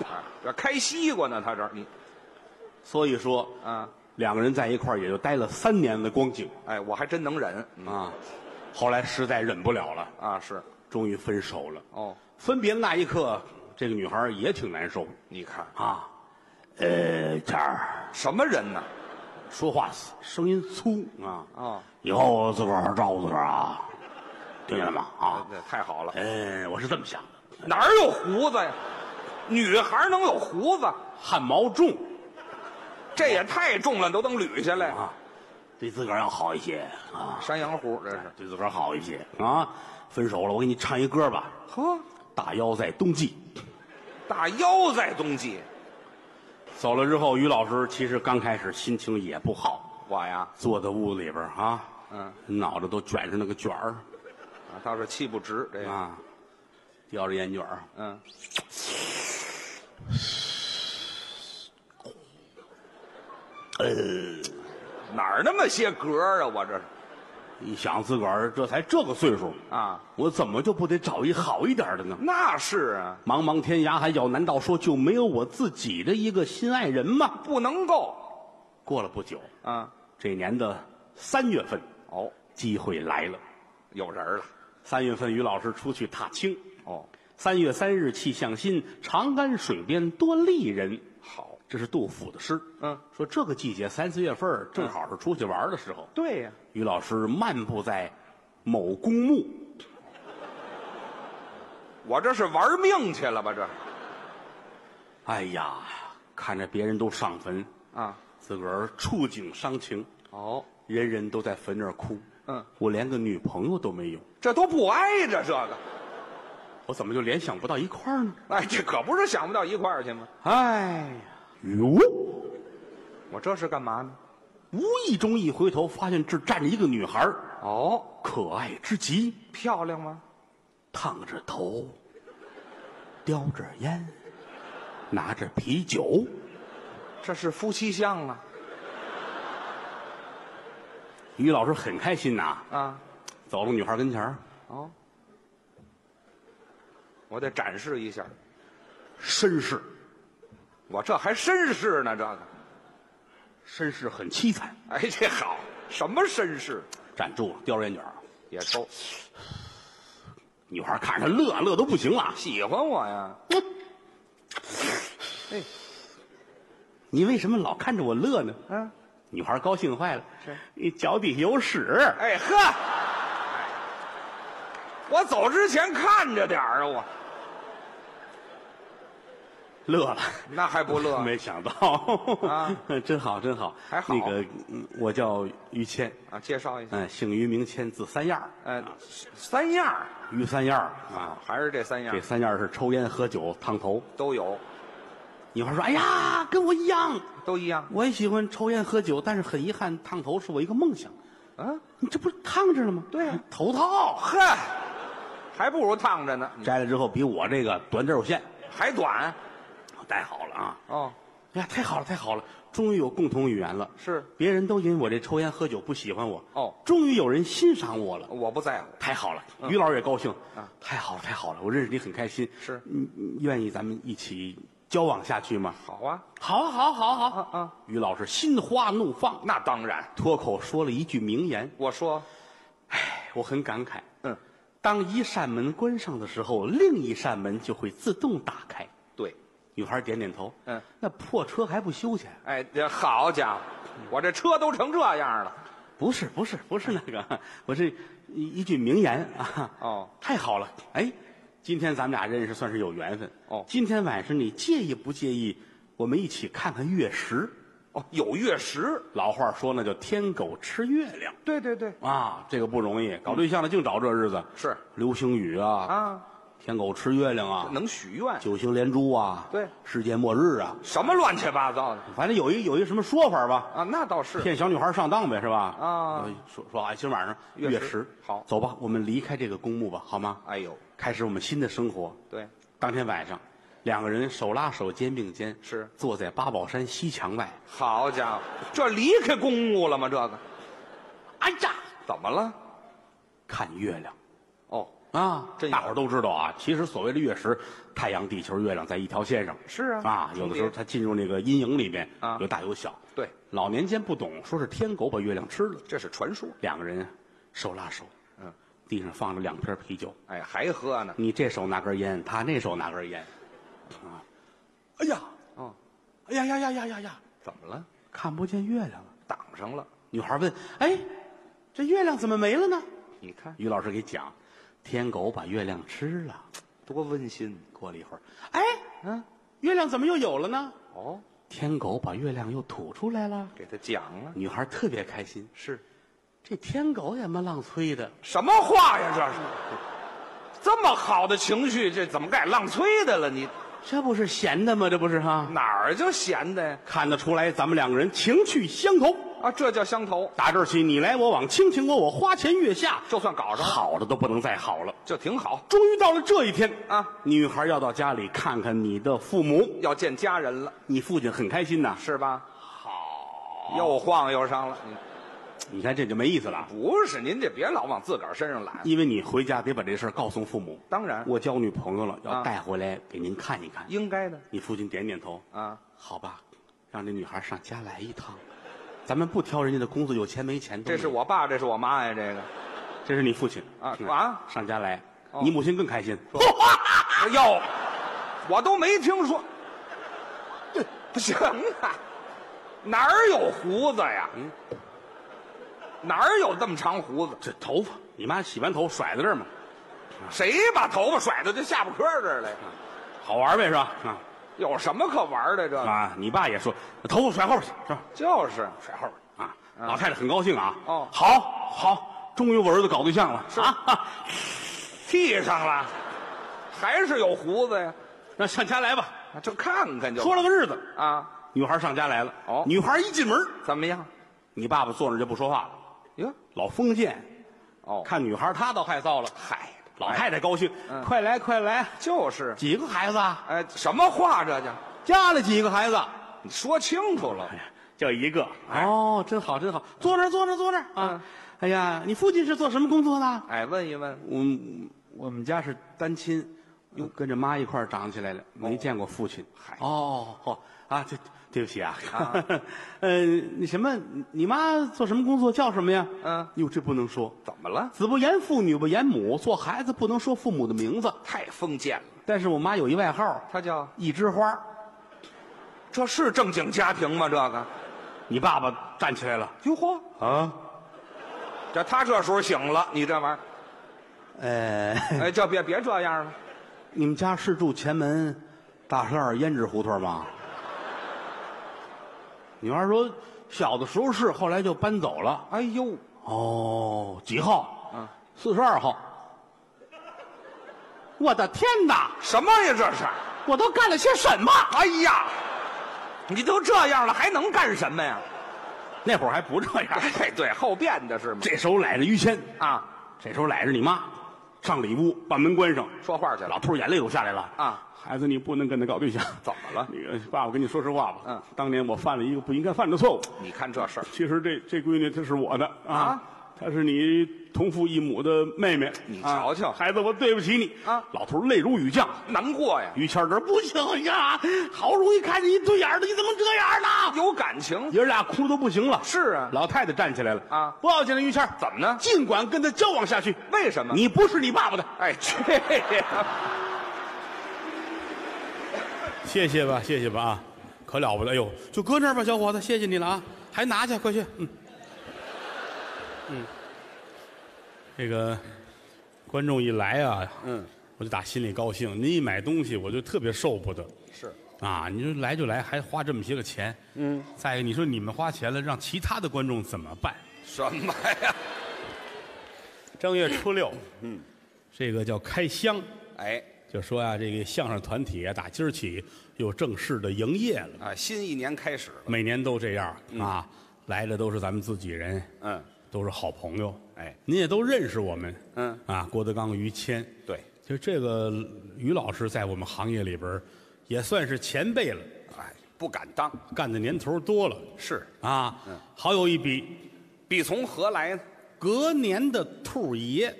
Speaker 2: 哎这开西瓜呢，他这儿你
Speaker 1: 所以说，
Speaker 2: 啊，
Speaker 1: 两个人在一块儿也就待了三年的光景
Speaker 2: 哎，我还真能忍嗯
Speaker 1: 啊。后来实在忍不了了，
Speaker 2: 啊，是
Speaker 1: 终于分手了。
Speaker 2: 哦，
Speaker 1: 分别的那一刻，这个女孩儿也挺难受
Speaker 2: 你看
Speaker 1: 啊。呃，这儿
Speaker 2: 什么人呢？
Speaker 1: 说话声音粗啊，
Speaker 2: 哦，
Speaker 1: 以后自个儿照顾自个儿啊，听见了吗？啊，
Speaker 2: 这哎太好了，
Speaker 1: 嗯、我是这么想的，
Speaker 2: 哪儿有胡子呀？女孩能有胡子？
Speaker 1: 汗毛重
Speaker 2: 这也太重了，都能捋下来。
Speaker 1: 啊，对自个儿要好一些啊，
Speaker 2: 山羊胡这是，
Speaker 1: 对自个儿好一些啊。分手了，我给你唱一歌吧，
Speaker 2: 呵，
Speaker 1: 《大腰在冬季》。
Speaker 2: 大腰在冬季，
Speaker 1: 走了之后，于老师其实刚开始心情也不好，
Speaker 2: 我呀，
Speaker 1: 坐在屋子里边儿啊，
Speaker 2: 嗯，
Speaker 1: 脑袋都卷成那个卷儿
Speaker 2: 啊倒是气不直这个，
Speaker 1: 啊，叼着烟卷儿，
Speaker 2: 嗯，哪儿那么些格儿啊？我这是
Speaker 1: 一想自个儿这才这个岁数，
Speaker 2: 啊，
Speaker 1: 我怎么就不得找一好一点儿的呢？
Speaker 2: 那是啊，
Speaker 1: 茫茫天涯还有，难道说就没有我自己的一个心爱人吗？
Speaker 2: 不能够
Speaker 1: 过了不久，
Speaker 2: 啊。
Speaker 1: 这年的三月份，
Speaker 2: 哦，
Speaker 1: 机会来了。
Speaker 2: 有人儿了。
Speaker 1: 三月份，于老师出去踏青。
Speaker 2: 哦，
Speaker 1: 三月三日，气象新，长干水边多丽人。
Speaker 2: 好，
Speaker 1: 这是杜甫的诗。
Speaker 2: 嗯，
Speaker 1: 说这个季节三四月份儿正好是出去玩儿的时候。
Speaker 2: 对呀、
Speaker 1: 于老师漫步在某公墓，
Speaker 2: 我这是玩命去了吧？这
Speaker 1: 哎呀，看着别人都上坟，
Speaker 2: 啊，
Speaker 1: 自个儿触景伤情，
Speaker 2: 哦，
Speaker 1: 人人都在坟那儿哭。
Speaker 2: 嗯，
Speaker 1: 我连个女朋友都没有，
Speaker 2: 这都不挨着这个，
Speaker 1: 我怎么就联想不到一块儿呢？
Speaker 2: 哎，这可不是想不到一块儿去吗？
Speaker 1: 哎呀，哟，
Speaker 2: 我这是干嘛呢？
Speaker 1: 无意中一回头，发现这站着一个女孩儿，
Speaker 2: 哦，
Speaker 1: 可爱之极，
Speaker 2: 漂亮吗？
Speaker 1: 烫着头，叼着烟，拿着啤酒。
Speaker 2: 这是夫妻相啊
Speaker 1: 于老师很开心呐，
Speaker 2: 啊！
Speaker 1: 走到女孩跟前儿，
Speaker 2: 哦，我得展示一下，
Speaker 1: 绅士，
Speaker 2: 我这还绅士呢，这个，
Speaker 1: 绅士很凄惨，
Speaker 2: 哎，这好，什么绅士
Speaker 1: 站住了，叼着烟卷儿。
Speaker 2: 也抽，
Speaker 1: 女孩看着他乐，乐都不行了。
Speaker 2: 喜欢我呀？哎，
Speaker 1: 你为什么老看着我乐呢？
Speaker 2: 嗯、
Speaker 1: 女孩高兴坏了
Speaker 2: 是，
Speaker 1: 你脚底下有屎。
Speaker 2: 哎呵，哎我走之前看着点儿啊，我
Speaker 1: 乐了，
Speaker 2: 那还不乐？
Speaker 1: 没想到
Speaker 2: 啊，
Speaker 1: 真好，真好，
Speaker 2: 还好
Speaker 1: 那个，嗯我叫于谦，
Speaker 2: 啊，介绍一下，
Speaker 1: 嗯，姓于，名谦，字三样，
Speaker 2: 呃，三样儿
Speaker 1: 于三样啊。
Speaker 2: 还是这三样
Speaker 1: 这
Speaker 2: 儿
Speaker 1: 三样是抽烟、喝酒、烫头。
Speaker 2: 都有，
Speaker 1: 女孩说：“哎呀，跟我一样，
Speaker 2: 都一样。
Speaker 1: 我也喜欢抽烟、喝酒，但是很遗憾，烫头是我一个梦想。
Speaker 2: 嗯，
Speaker 1: 你这不是烫着了吗？
Speaker 2: 对啊呀
Speaker 1: 头套
Speaker 2: 呵，还不如烫着呢，
Speaker 1: 摘了之后比我这个短点儿有限，
Speaker 2: 还短
Speaker 1: 我戴好了啊。
Speaker 2: 哦，
Speaker 1: 哎呀，太好了，太好了，终于有共同语言了。
Speaker 2: 是
Speaker 1: 别人都因我这抽烟喝酒不喜欢我，
Speaker 2: 哦
Speaker 1: 终于有人欣赏我了，
Speaker 2: 我不在乎。
Speaker 1: 太好了！嗯于老师也高兴，
Speaker 2: 啊
Speaker 1: 太好了，太好了，我认识你很开心，
Speaker 2: 是
Speaker 1: 你你愿意咱们一起交往下去吗？
Speaker 2: 好啊，
Speaker 1: 好，好，好，好，
Speaker 2: 啊啊，
Speaker 1: 于老师心花怒放，
Speaker 2: 那当然。
Speaker 1: 脱口说了一句名言，
Speaker 2: 我说，
Speaker 1: 我很感慨。
Speaker 2: 嗯，
Speaker 1: 当一扇门关上的时候，另一扇门就会自动打开。
Speaker 2: 对，
Speaker 1: 女孩点点头，
Speaker 2: 嗯，
Speaker 1: 那破车还不修去？
Speaker 2: 哎，这好家伙，我这车都成这样了。
Speaker 1: 不是不是不是 那个，我是一一句名言啊！
Speaker 2: 哦，
Speaker 1: 太好了，哎，今天咱们俩认识算是有缘分
Speaker 2: 哦
Speaker 1: 今天晚上你介意不介意？我们一起看看月食。
Speaker 2: 哦，有月食，
Speaker 1: 老话说那叫天狗吃月亮
Speaker 2: 对对对，
Speaker 1: 啊，这个不容易，搞对象的净找这日子。
Speaker 2: 是
Speaker 1: 流星雨啊，
Speaker 2: 啊，
Speaker 1: 天狗吃月亮啊，
Speaker 2: 能许愿，
Speaker 1: 九星连珠啊，
Speaker 2: 对
Speaker 1: 世界末日啊，
Speaker 2: 什么乱七八糟的
Speaker 1: 反正有一有一什么说法吧，
Speaker 2: 啊？那倒是，
Speaker 1: 骗小女孩上当呗，是吧？
Speaker 2: 啊，
Speaker 1: 说说哎，今晚上
Speaker 2: 月
Speaker 1: 月
Speaker 2: 食
Speaker 1: 食，
Speaker 2: 好
Speaker 1: 走吧，我们离开这个公墓吧，好吗？
Speaker 2: 哎呦，
Speaker 1: 开始我们新的生活。
Speaker 2: 对，
Speaker 1: 当天晚上，两个人手拉手，肩并肩，
Speaker 2: 是
Speaker 1: 坐在八宝山西墙外。
Speaker 2: 好家伙，这离开公务了吗？这个
Speaker 1: 哎呀，
Speaker 2: 怎么了？
Speaker 1: 看月亮
Speaker 2: 哦，
Speaker 1: 啊！
Speaker 2: 真有
Speaker 1: 大伙儿都知道啊，其实所谓的月食，太阳、地球、月亮在一条线上。
Speaker 2: 是啊
Speaker 1: 啊，有的时候它进入那个阴影里边，
Speaker 2: 啊
Speaker 1: 有大有小。
Speaker 2: 对，
Speaker 1: 老年间不懂，说是天狗把月亮吃了。
Speaker 2: 这是传说。
Speaker 1: 两个人手拉手，
Speaker 2: 嗯，
Speaker 1: 地上放着两瓶啤酒，
Speaker 2: 哎，还喝呢？
Speaker 1: 你这手拿根烟，他那手拿根烟，啊，哎呀，
Speaker 2: 哦，
Speaker 1: 哎呀呀呀呀呀呀，
Speaker 2: 怎么了？
Speaker 1: 看不见月亮啊了。
Speaker 2: 挡上了？
Speaker 1: 女孩问：“哎，这月亮怎么没了呢
Speaker 2: 你看？”
Speaker 1: 于老师给讲，天狗把月亮吃了。
Speaker 2: 多温馨。
Speaker 1: 过了一会儿，哎，
Speaker 2: 嗯，
Speaker 1: 月亮怎么又有了呢？
Speaker 2: 哦，
Speaker 1: 天狗把月亮又吐出来了。
Speaker 2: 给他讲了。
Speaker 1: 女孩特别开心，
Speaker 2: 是
Speaker 1: 这天狗也蛮浪催的，
Speaker 2: 什么话呀？这是这么好的情绪，这怎么改浪催的了？你
Speaker 1: 这不是闲的吗？这不是哈、
Speaker 2: 哪儿就闲的呀？
Speaker 1: 看得出来，咱们两个人情趣相投。
Speaker 2: 啊，这叫相投，
Speaker 1: 打这儿起，你来我往，卿卿我我，花前月下，
Speaker 2: 就算搞上了，
Speaker 1: 好的都不能再好了。
Speaker 2: 就挺好。
Speaker 1: 终于到了这一天
Speaker 2: 啊，
Speaker 1: 女孩要到家里看看你的父母，
Speaker 2: 要见家人了，
Speaker 1: 你父亲很开心呐。
Speaker 2: 是吧？好，又晃又上了。你
Speaker 1: 你看这就没意思了，
Speaker 2: 不是您这别老往自个儿身上揽。
Speaker 1: 因为你回家得把这事儿告诉父母。
Speaker 2: 当然，
Speaker 1: 我交女朋友了，要
Speaker 2: 啊
Speaker 1: 带回来给您看一看。
Speaker 2: 应该的
Speaker 1: 你父亲点点头，
Speaker 2: 啊。
Speaker 1: 好吧，让这女孩上家来一趟。咱们不挑人家的工作有钱没钱，都
Speaker 2: 这是
Speaker 1: 没有，
Speaker 2: 我爸，这是我妈呀，这个
Speaker 1: 这是你父亲
Speaker 2: 啊
Speaker 1: 嗯
Speaker 2: 啊
Speaker 1: 上家来，
Speaker 2: 哦
Speaker 1: 你母亲更开心。
Speaker 2: 哟，哎我都没听说。不行啊，哪儿有胡子呀？哪儿有这么长胡子？
Speaker 1: 这头发，你妈洗完头甩在这儿嘛，
Speaker 2: 谁把头发甩到这下巴颏儿这儿来呀？
Speaker 1: 好玩呗是吧？啊
Speaker 2: 有什么可玩的？这个
Speaker 1: 啊！你爸也说，头发甩后边去是吧？
Speaker 2: 就是
Speaker 1: 甩后边啊！老太太很高兴啊，
Speaker 2: 哦
Speaker 1: 好，好，终于我儿子搞对象了啊！
Speaker 2: 剃上了，还是有胡子呀？
Speaker 1: 那上家来吧，
Speaker 2: 就看看就
Speaker 1: 说了个日子，
Speaker 2: 啊，
Speaker 1: 女孩上家来了。
Speaker 2: 哦
Speaker 1: 女孩一进门，
Speaker 2: 怎么样？
Speaker 1: 你爸爸坐那儿就不说话了，
Speaker 2: 哟，
Speaker 1: 老封建，
Speaker 2: 哦，
Speaker 1: 看女孩他倒害臊了。
Speaker 2: 嗨，
Speaker 1: 老太太高兴，快来快来，
Speaker 2: 就是，
Speaker 1: 几个孩子啊？
Speaker 2: 哎，什么话这叫？
Speaker 1: 家里几个孩子？啊
Speaker 2: 你说清楚了，
Speaker 1: 就一个。哦，真好真好，坐那儿坐那儿坐那儿啊！哎呀，你父亲是做什么工作的？
Speaker 2: 哎，问一问，
Speaker 1: 我们我们家是单亲，又跟着妈一块儿长起来了，没见过父亲。
Speaker 2: 嗨
Speaker 1: 嗯哦哦啊，对对不起啊。 呃，那什么，你妈做什么工作？叫什么呀？
Speaker 2: 嗯，
Speaker 1: 哟，这不能说。
Speaker 2: 怎么了？
Speaker 1: 子不言父，女不言母，做孩子不能说父母的名字。
Speaker 2: 太封建了，
Speaker 1: 但是我妈有一外号，
Speaker 2: 他叫
Speaker 1: 一枝花。
Speaker 2: 这是正经家庭吗？这个，
Speaker 1: 你爸爸站起来了
Speaker 2: 哟嚯，
Speaker 1: 啊？
Speaker 2: 这他这时候醒了，你这玩意儿，
Speaker 1: 呃，
Speaker 2: 哎，这别别这样了，
Speaker 1: 你们家是住前门大栅栏胭脂胡同吗？女孩说，小的时候是，后来就搬走了。
Speaker 2: 哎呦，
Speaker 1: 哦，几号？
Speaker 2: 嗯，
Speaker 1: 四十二号。我的天哪！
Speaker 2: 什么呀这是？
Speaker 1: 我都干了些什么？
Speaker 2: 哎呀，你都这样了，还能干什么呀？
Speaker 1: 那会儿还不这样。
Speaker 2: 哎，对，后变的是吗？
Speaker 1: 这时候揽着于谦，
Speaker 2: 啊，
Speaker 1: 这时候揽着你妈，上里屋把门关上。
Speaker 2: 说话去
Speaker 1: 老
Speaker 2: 了，
Speaker 1: 头儿眼泪都下来了
Speaker 2: 啊！
Speaker 1: 孩子，你不能跟他搞对象。
Speaker 2: 怎么了？
Speaker 1: 那个爸爸跟你说实话吧，
Speaker 2: 嗯，
Speaker 1: 当年我犯了一个不应该犯的错误。
Speaker 2: 你看这事儿，
Speaker 1: 其实这这闺女她是我的啊
Speaker 2: 啊，
Speaker 1: 她是你同父异母的妹妹。
Speaker 2: 你
Speaker 1: 啊
Speaker 2: 瞧瞧
Speaker 1: 孩子，我对不起你
Speaker 2: 啊！
Speaker 1: 老头泪如雨降。
Speaker 2: 难过呀，
Speaker 1: 于谦儿这儿不行哎呀，好容易看见一对眼儿的，你怎么这样呢？
Speaker 2: 有感情。
Speaker 1: 爷儿俩哭的都不行了。
Speaker 2: 是啊，
Speaker 1: 老太太站起来了
Speaker 2: 啊
Speaker 1: 不要紧了，于谦儿
Speaker 2: 怎么呢
Speaker 1: 尽管跟他交往下去，
Speaker 2: 为什么？
Speaker 1: 你不是你爸爸的。
Speaker 2: 哎，这样
Speaker 1: 谢谢吧，谢谢吧啊，可了不得！哎呦，就搁那儿吧，小伙子，谢谢你了啊，还拿去，快去，嗯，嗯，嗯这个观众一来啊，
Speaker 2: 嗯，
Speaker 1: 我就打心里高兴。您一买东西，我就特别受不得
Speaker 2: 是
Speaker 1: 啊！你说来就来，还花这么些个钱，嗯，再一个你说你们花钱了，让其他的观众怎么办？
Speaker 2: 什么呀？
Speaker 1: 正月初六，嗯，这个叫开箱，
Speaker 2: 哎，
Speaker 1: 就说呀、这个相声团体啊，打今儿起又正式的营业了，
Speaker 2: 啊，新一年开始了，
Speaker 1: 每年都这样啊，来的都是咱们自己人，
Speaker 2: 嗯，
Speaker 1: 都是好朋友，
Speaker 2: 哎，
Speaker 1: 您也都认识我们，
Speaker 2: 嗯
Speaker 1: 啊，郭德纲、于谦，
Speaker 2: 对，
Speaker 1: 就这个于老师在我们行业里边儿也算是前辈了，
Speaker 2: 哎，不敢当，
Speaker 1: 干的年头多了
Speaker 2: 是，
Speaker 1: 啊，
Speaker 2: 嗯
Speaker 1: 好有一比，
Speaker 2: 必从何来呢？
Speaker 1: 隔年的兔爷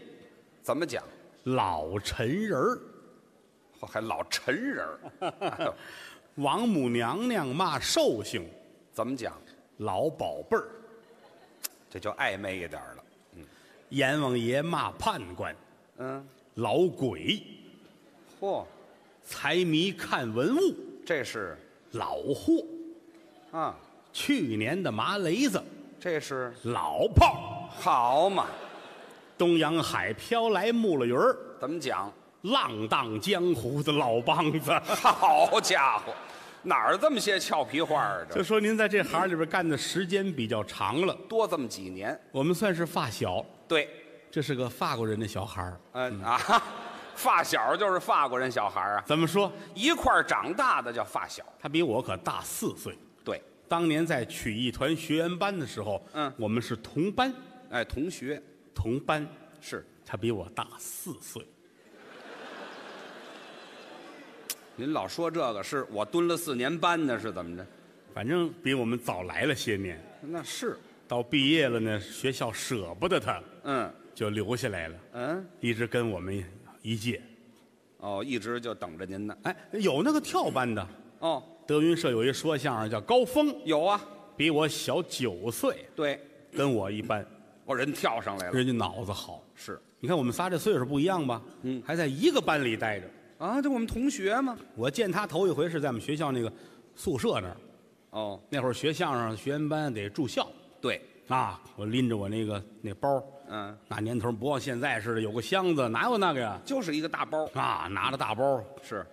Speaker 2: 怎么讲？
Speaker 1: 老陈人儿，
Speaker 2: 我还老陈人儿，
Speaker 1: 王母娘娘骂寿星，
Speaker 2: 怎么讲？
Speaker 1: 老宝贝儿，
Speaker 2: 这就暧昧一点儿了。
Speaker 1: 阎王爷骂判官，
Speaker 2: 嗯，
Speaker 1: 老鬼，
Speaker 2: 嚯，
Speaker 1: 财迷看文物，
Speaker 2: 这是
Speaker 1: 老货，
Speaker 2: 啊，
Speaker 1: 去年的麻雷子，
Speaker 2: 这是
Speaker 1: 老炮儿，
Speaker 2: 好嘛？
Speaker 1: 东洋海飘来木了鱼儿，
Speaker 2: 怎么讲？
Speaker 1: 浪荡江湖的老梆子。
Speaker 2: 好家伙，哪儿这么些俏皮话儿啊
Speaker 1: 就
Speaker 2: 这
Speaker 1: 说您在这行里边干的时间比较长了，
Speaker 2: 多这么几年，
Speaker 1: 我们算是发小，
Speaker 2: 对，
Speaker 1: 这是个法国人的小孩儿，
Speaker 2: 嗯啊，发小就是法国人小孩儿啊，
Speaker 1: 怎么说？
Speaker 2: 一块儿长大的叫发小。
Speaker 1: 他比我可大四岁。
Speaker 2: 对，
Speaker 1: 当年在曲艺团学员班的时候，
Speaker 2: 嗯
Speaker 1: 我们是同班，
Speaker 2: 哎，同学
Speaker 1: 同班，
Speaker 2: 是
Speaker 1: 他比我大四岁。
Speaker 2: 您老说这个，是我蹲了四年班呢，是怎么着？
Speaker 1: 反正比我们早来了些年。
Speaker 2: 那是，
Speaker 1: 到毕业了呢，学校舍不得他，
Speaker 2: 嗯
Speaker 1: 就留下来了，
Speaker 2: 嗯，
Speaker 1: 一直跟我们一届。
Speaker 2: 哦，一直就等着您呢。
Speaker 1: 哎，有那个跳班的，
Speaker 2: 哦，
Speaker 1: 德云社有一说相声叫高峰，
Speaker 2: 有啊，
Speaker 1: 比我小九岁，
Speaker 2: 对，
Speaker 1: 跟我一般，
Speaker 2: 哦，人跳上来了，
Speaker 1: 人家脑子好。
Speaker 2: 是
Speaker 1: 你看我们仨这岁数不一样吧？嗯，还在一个班里待着。
Speaker 2: 啊，这我们同学嘛。
Speaker 1: 我见他头一回是在我们学校那个宿舍那儿，
Speaker 2: 哦，
Speaker 1: 那会儿学相声学员班得住校
Speaker 2: 对，
Speaker 1: 啊，我拎着我那个那包，
Speaker 2: 嗯，
Speaker 1: 那年头不像现在似的有个箱子，哪有那个呀？
Speaker 2: 就是一个大包，
Speaker 1: 啊，拿着大包，
Speaker 2: 是，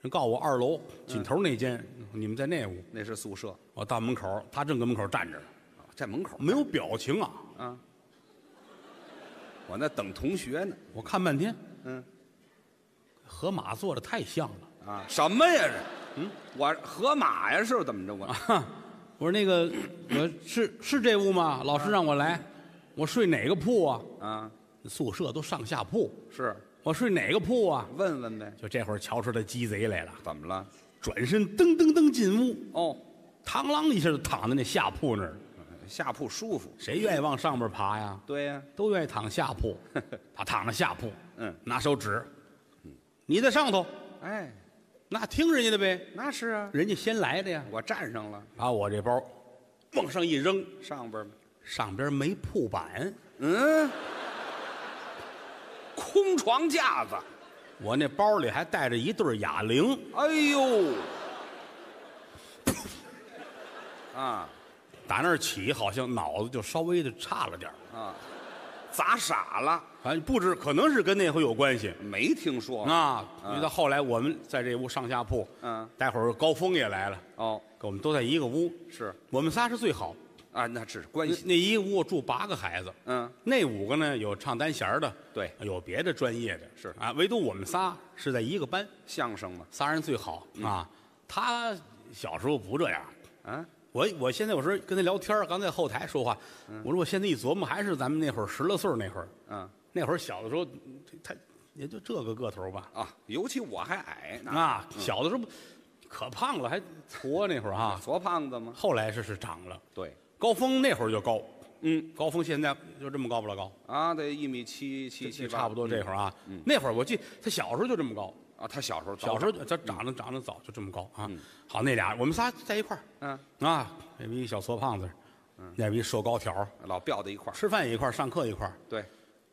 Speaker 1: 人告我二楼尽头那间，你们在那屋。
Speaker 2: 那是宿舍，啊
Speaker 1: 我到门口，他正搁门口站着，
Speaker 2: 在门口
Speaker 1: 没有表情啊。
Speaker 2: 啊。我那等同学呢，
Speaker 1: 我看半天，
Speaker 2: 嗯，
Speaker 1: 河马做的太像了。
Speaker 2: 啊，什么呀这？嗯，啊我河马呀，是怎么着？我
Speaker 1: 我说那个，我是是这屋吗？老师让我来，我睡哪个铺啊？
Speaker 2: 啊，
Speaker 1: 宿舍都上下铺，
Speaker 2: 是
Speaker 1: 我睡哪个铺啊？
Speaker 2: 问问呗，
Speaker 1: 就这会儿，瞧出他鸡贼来了，
Speaker 2: 怎么了？
Speaker 1: 转身噔噔噔进屋，
Speaker 2: 哦，
Speaker 1: 螳螂一下就躺在那下铺那儿了。
Speaker 2: 下铺舒服。
Speaker 1: 谁愿意往上边爬呀？
Speaker 2: 对呀、
Speaker 1: 都愿意躺下铺。他躺着下铺，
Speaker 2: 嗯，
Speaker 1: 拿手指，你在上头，
Speaker 2: 哎，
Speaker 1: 那听人家的呗，
Speaker 2: 那是啊，
Speaker 1: 人家先来的呀。
Speaker 2: 我站上了，
Speaker 1: 把我这包往上一扔，
Speaker 2: 上边儿
Speaker 1: 上边没铺板，
Speaker 2: 嗯， 空床架子，
Speaker 1: 我那包里还带着一对哑铃，
Speaker 2: 哎呦，啊
Speaker 1: 打那儿起好像脑子就稍微的差了点儿
Speaker 2: 啊，砸傻了，
Speaker 1: 反正不知可能是跟那回有关系。
Speaker 2: 没听说
Speaker 1: 啊，因为到后来我们在这屋上下铺，
Speaker 2: 嗯，
Speaker 1: 待会儿高峰也来了，
Speaker 2: 哦，
Speaker 1: 跟我们都在一个屋，
Speaker 2: 是
Speaker 1: 我们仨是最好。
Speaker 2: 啊，那是关
Speaker 1: 那
Speaker 2: 系，
Speaker 1: 那一屋住八个孩子，
Speaker 2: 嗯，
Speaker 1: 那五个呢有唱单弦儿的，
Speaker 2: 对
Speaker 1: 有别的专业的，
Speaker 2: 是
Speaker 1: 啊，唯独我们仨是在一个班，
Speaker 2: 相声嘛，
Speaker 1: 仨人最好
Speaker 2: 嗯
Speaker 1: 啊。他小时候不这样，
Speaker 2: 啊，
Speaker 1: 我我现在有时候跟他聊天儿，刚在后台说话，我说我现在一琢磨，还是咱们那会儿十来岁儿那会儿，
Speaker 2: 嗯
Speaker 1: 那会儿小的时候，他也就这个个头儿吧，
Speaker 2: 啊，尤其我还矮呢，
Speaker 1: 啊，小的时候可胖了，还矬那会儿啊。
Speaker 2: 矬胖子吗？
Speaker 1: 后来是是长了，
Speaker 2: 对，
Speaker 1: 高峰那会儿就高，
Speaker 2: 嗯，
Speaker 1: 高峰现在就这么高不了高，
Speaker 2: 啊，得一米七七
Speaker 1: 就
Speaker 2: 七八，
Speaker 1: 差不多这会儿啊。那会儿我记他小时候就这么高，
Speaker 2: 啊，他小时候
Speaker 1: 小时
Speaker 2: 候，
Speaker 1: 候他长得长得早就这么高啊。好，那俩我们仨在一块儿
Speaker 2: 嗯，
Speaker 1: 啊，那逼小矬胖子，那逼瘦高条儿，
Speaker 2: 老吊在一块儿，
Speaker 1: 吃饭也一块儿，上课一块儿，
Speaker 2: 对，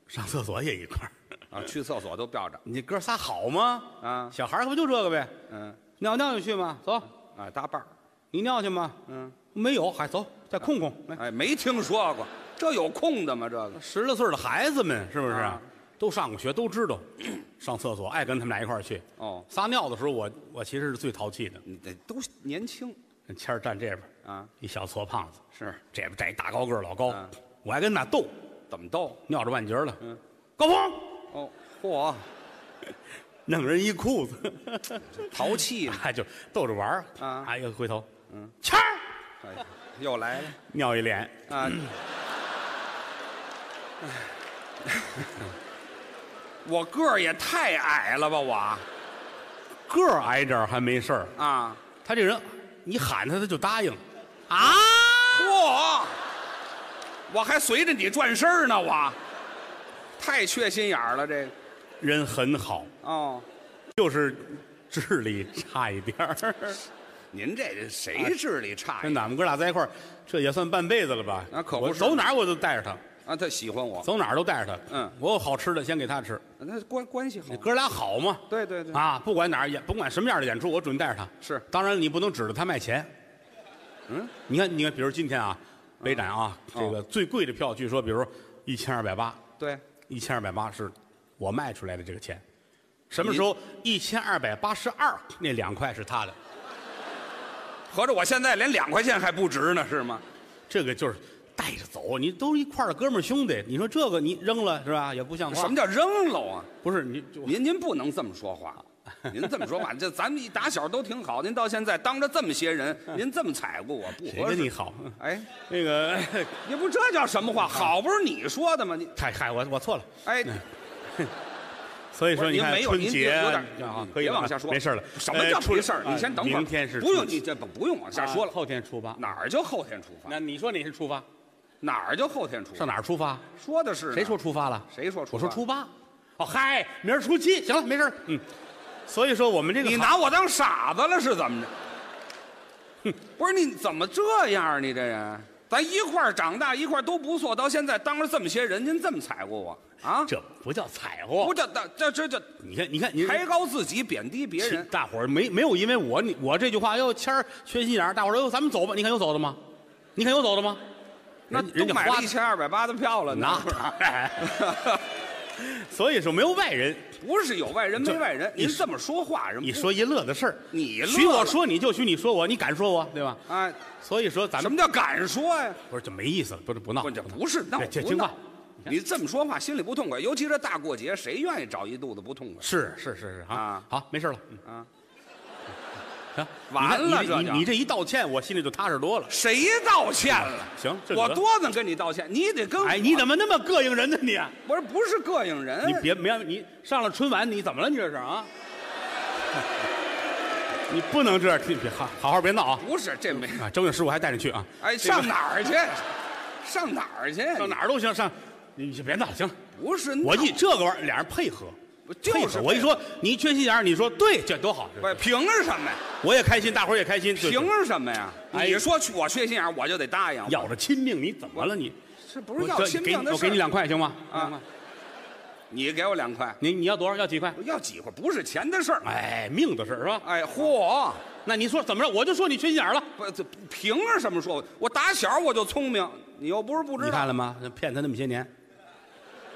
Speaker 1: 上厕所也一块儿。
Speaker 2: 啊，去厕所都吊着，
Speaker 1: 你哥仨好吗？
Speaker 2: 啊
Speaker 1: 小孩儿不就这个呗？
Speaker 2: 嗯，
Speaker 1: 尿尿就去吗？走，
Speaker 2: 啊，搭伴儿，
Speaker 1: 你尿去吗？
Speaker 2: 嗯。
Speaker 1: 没有，还走，再空空来。
Speaker 2: 哎，没听说过，这有空的吗？这个
Speaker 1: 十来岁的孩子们是不是、
Speaker 2: 啊
Speaker 1: 都上过学，都知 道上厕所爱跟他们俩一块儿去。
Speaker 2: 哦，
Speaker 1: 撒尿的时候我，我其实是最淘气的。
Speaker 2: 你得都年轻
Speaker 1: 谦儿站这边，
Speaker 2: 啊，
Speaker 1: 一小矬胖子，
Speaker 2: 是
Speaker 1: 这边站一大高个儿老高，
Speaker 2: 啊嗯
Speaker 1: 我还跟那斗，
Speaker 2: 怎么逗？
Speaker 1: 尿着半截儿了。高峰，
Speaker 2: 哦，嚯，
Speaker 1: 弄人一裤子，
Speaker 2: 淘气啊呢。
Speaker 1: 哎，就逗着玩儿
Speaker 2: 啊
Speaker 1: 哎呦，回头，嗯，掐儿
Speaker 2: 哎呀，又来了
Speaker 1: 尿一脸，
Speaker 2: 啊！我个儿也太矮了吧，我
Speaker 1: 个儿挨这儿还没事儿，
Speaker 2: 啊！
Speaker 1: 他这人，你喊他他就答应，啊，
Speaker 2: 嚯！我还随着你转身儿呢，我太缺心眼儿了，这个
Speaker 1: 人很好，
Speaker 2: 哦。
Speaker 1: 就是智力差一点儿。
Speaker 2: 您这人
Speaker 1: 啊
Speaker 2: 谁智力差
Speaker 1: 跟
Speaker 2: 呀？
Speaker 1: 俺们哥俩在一块儿，这也算半辈子了吧？
Speaker 2: 啊可不
Speaker 1: 我
Speaker 2: 是
Speaker 1: 走哪儿我都带着他，
Speaker 2: 啊，他喜欢我，
Speaker 1: 走哪儿都带着他。
Speaker 2: 嗯
Speaker 1: 我有好吃的先给他吃，
Speaker 2: 那关关系好
Speaker 1: 你。哥俩好嘛？
Speaker 2: 对对对，
Speaker 1: 啊，不管哪儿演，甭管什么样的演出，我准带着他。
Speaker 2: 是
Speaker 1: 当然你不能指着他卖钱。
Speaker 2: 嗯，
Speaker 1: 你看，你看，比如今天啊，北展啊，这个最贵的票，据说比如一千二百八，
Speaker 2: 对，
Speaker 1: 一千二百八是我卖出来的这个钱。什么时候一千二百八十二那两块是他的？
Speaker 2: 合着我现在连两块钱还不值呢，是吗？
Speaker 1: 这个就是带着走，你都一块儿的哥们儿兄弟，你说这个你扔了是吧？也不像话。
Speaker 2: 什么叫扔了啊？
Speaker 1: 不是你就
Speaker 2: 您您不能这么说话，您这么说话，这咱们一打小都挺好，您到现在当着这么些人，您这么踩过我不
Speaker 1: 谁
Speaker 2: 合
Speaker 1: 跟你
Speaker 2: 适。
Speaker 1: 好？
Speaker 2: 哎，
Speaker 1: 那个，
Speaker 2: 你不这叫什么话？好不是你说的吗？你
Speaker 1: 嗨嗨，我我错了。
Speaker 2: 哎，
Speaker 1: 所以
Speaker 2: 不
Speaker 1: 说
Speaker 2: 是
Speaker 1: 你
Speaker 2: 您
Speaker 1: 看
Speaker 2: 没有
Speaker 1: 春
Speaker 2: 您
Speaker 1: 节
Speaker 2: 有点
Speaker 1: 啊，
Speaker 2: 嗯
Speaker 1: 可以
Speaker 2: 别
Speaker 1: 了
Speaker 2: 往下说，
Speaker 1: 没事了。
Speaker 2: 什么叫
Speaker 1: 呃
Speaker 2: 没事儿？你先等会儿，
Speaker 1: 明天是
Speaker 2: 不用
Speaker 1: 初
Speaker 2: 你这不不用往下说
Speaker 1: 啊
Speaker 2: 了，
Speaker 1: 后天出发。
Speaker 2: 哪儿就后天出发，
Speaker 1: 那你说你是出发？
Speaker 2: 哪儿就后天出发。
Speaker 1: 上哪儿出发？
Speaker 2: 说的是呢
Speaker 1: 谁说？出发了？
Speaker 2: 谁说出
Speaker 1: 我
Speaker 2: 发
Speaker 1: 说初八。哦嗨，明儿初七，行了，没事儿嗯，所以说我们这个
Speaker 2: 你
Speaker 1: 行
Speaker 2: 拿我当傻子了是怎么着？不是你怎么这样啊？你这人，咱一块儿长大，一块儿都不错，到现在当着这么些人，您这么踩过我啊？
Speaker 1: 这不叫踩
Speaker 2: 不
Speaker 1: 货。
Speaker 2: 这这这这
Speaker 1: 你看，你看，你
Speaker 2: 抬高自己，贬低别人，
Speaker 1: 大伙儿没没有因为我你我这句话，哟，谦儿缺心眼儿，大伙儿说，哎哟，咱们走吧。你看有走的吗？你看有走的吗？
Speaker 2: 那
Speaker 1: 人人家
Speaker 2: 都买
Speaker 1: 花
Speaker 2: 了一千二百八的票了，
Speaker 1: 那
Speaker 2: 呢。
Speaker 1: 当然， 所以说没有外人，
Speaker 2: 不是有外人没外人，
Speaker 1: 你
Speaker 2: 您这么说话，人
Speaker 1: 你
Speaker 2: 不
Speaker 1: 说一乐的事儿，
Speaker 2: 你乐
Speaker 1: 许我
Speaker 2: 了
Speaker 1: 说你就许你说我，你敢说我对吧？
Speaker 2: 啊？
Speaker 1: 所以说咱
Speaker 2: 什
Speaker 1: 们
Speaker 2: 么叫敢说呀？
Speaker 1: 不是就没意思了，不是不闹，
Speaker 2: 不，这不是闹，
Speaker 1: 哎这
Speaker 2: 不
Speaker 1: 听
Speaker 2: 闹
Speaker 1: 话你看
Speaker 2: 你这么说话心里不痛快，尤其这大过节，谁愿意找一肚子不痛快？
Speaker 1: 是是是是啊
Speaker 2: 啊，
Speaker 1: 好，没事了，嗯
Speaker 2: 啊，
Speaker 1: 行，
Speaker 2: 完了
Speaker 1: 你这
Speaker 2: 这
Speaker 1: 你
Speaker 2: 就
Speaker 1: 你这一道歉，我心里就踏实多了。
Speaker 2: 谁道歉了？
Speaker 1: 嗯行，这
Speaker 2: 我
Speaker 1: 得
Speaker 2: 多能跟你道歉，你得跟
Speaker 1: 哎，你
Speaker 2: 么
Speaker 1: 怎么那么膈应人呢你？啊
Speaker 2: 不是不是膈应人？
Speaker 1: 你别别你上了春晚，你怎么了？你这是啊？ 你不能这样，你别好好好别闹啊！
Speaker 2: 不是这没
Speaker 1: 啊，正月十五还带你去啊？
Speaker 2: 哎，
Speaker 1: 这个
Speaker 2: 上哪儿去？上哪儿去？
Speaker 1: 上哪儿都行，上你你别闹，行。
Speaker 2: 不是
Speaker 1: 我一
Speaker 2: 闹
Speaker 1: 这个玩意儿，俩人配合，
Speaker 2: 就是
Speaker 1: 配合。我一说你缺心眼儿，你说对，这多好，
Speaker 2: 不是啊凭什么呀？
Speaker 1: 我也开心，大伙儿也开心，就是
Speaker 2: 凭什么呀？
Speaker 1: 哎
Speaker 2: 你说去我缺心眼儿，我就得答应。
Speaker 1: 要了亲命，你怎么了你？
Speaker 2: 这不
Speaker 1: 不
Speaker 2: 是要亲命的
Speaker 1: 我
Speaker 2: 事
Speaker 1: 给
Speaker 2: 儿
Speaker 1: 你两嗯块行吗？
Speaker 2: 啊，你给我两块，
Speaker 1: 你你要多少？要几块？
Speaker 2: 要几块？不是钱的事儿。
Speaker 1: 哎，命的事儿是吧？
Speaker 2: 哎，嚯！
Speaker 1: 那你说怎么着？我就说你缺心眼儿了。
Speaker 2: 不，这凭什么说？我打小我就聪明，你又不是不知
Speaker 1: 你
Speaker 2: 道
Speaker 1: 看了吗？骗他那么些年，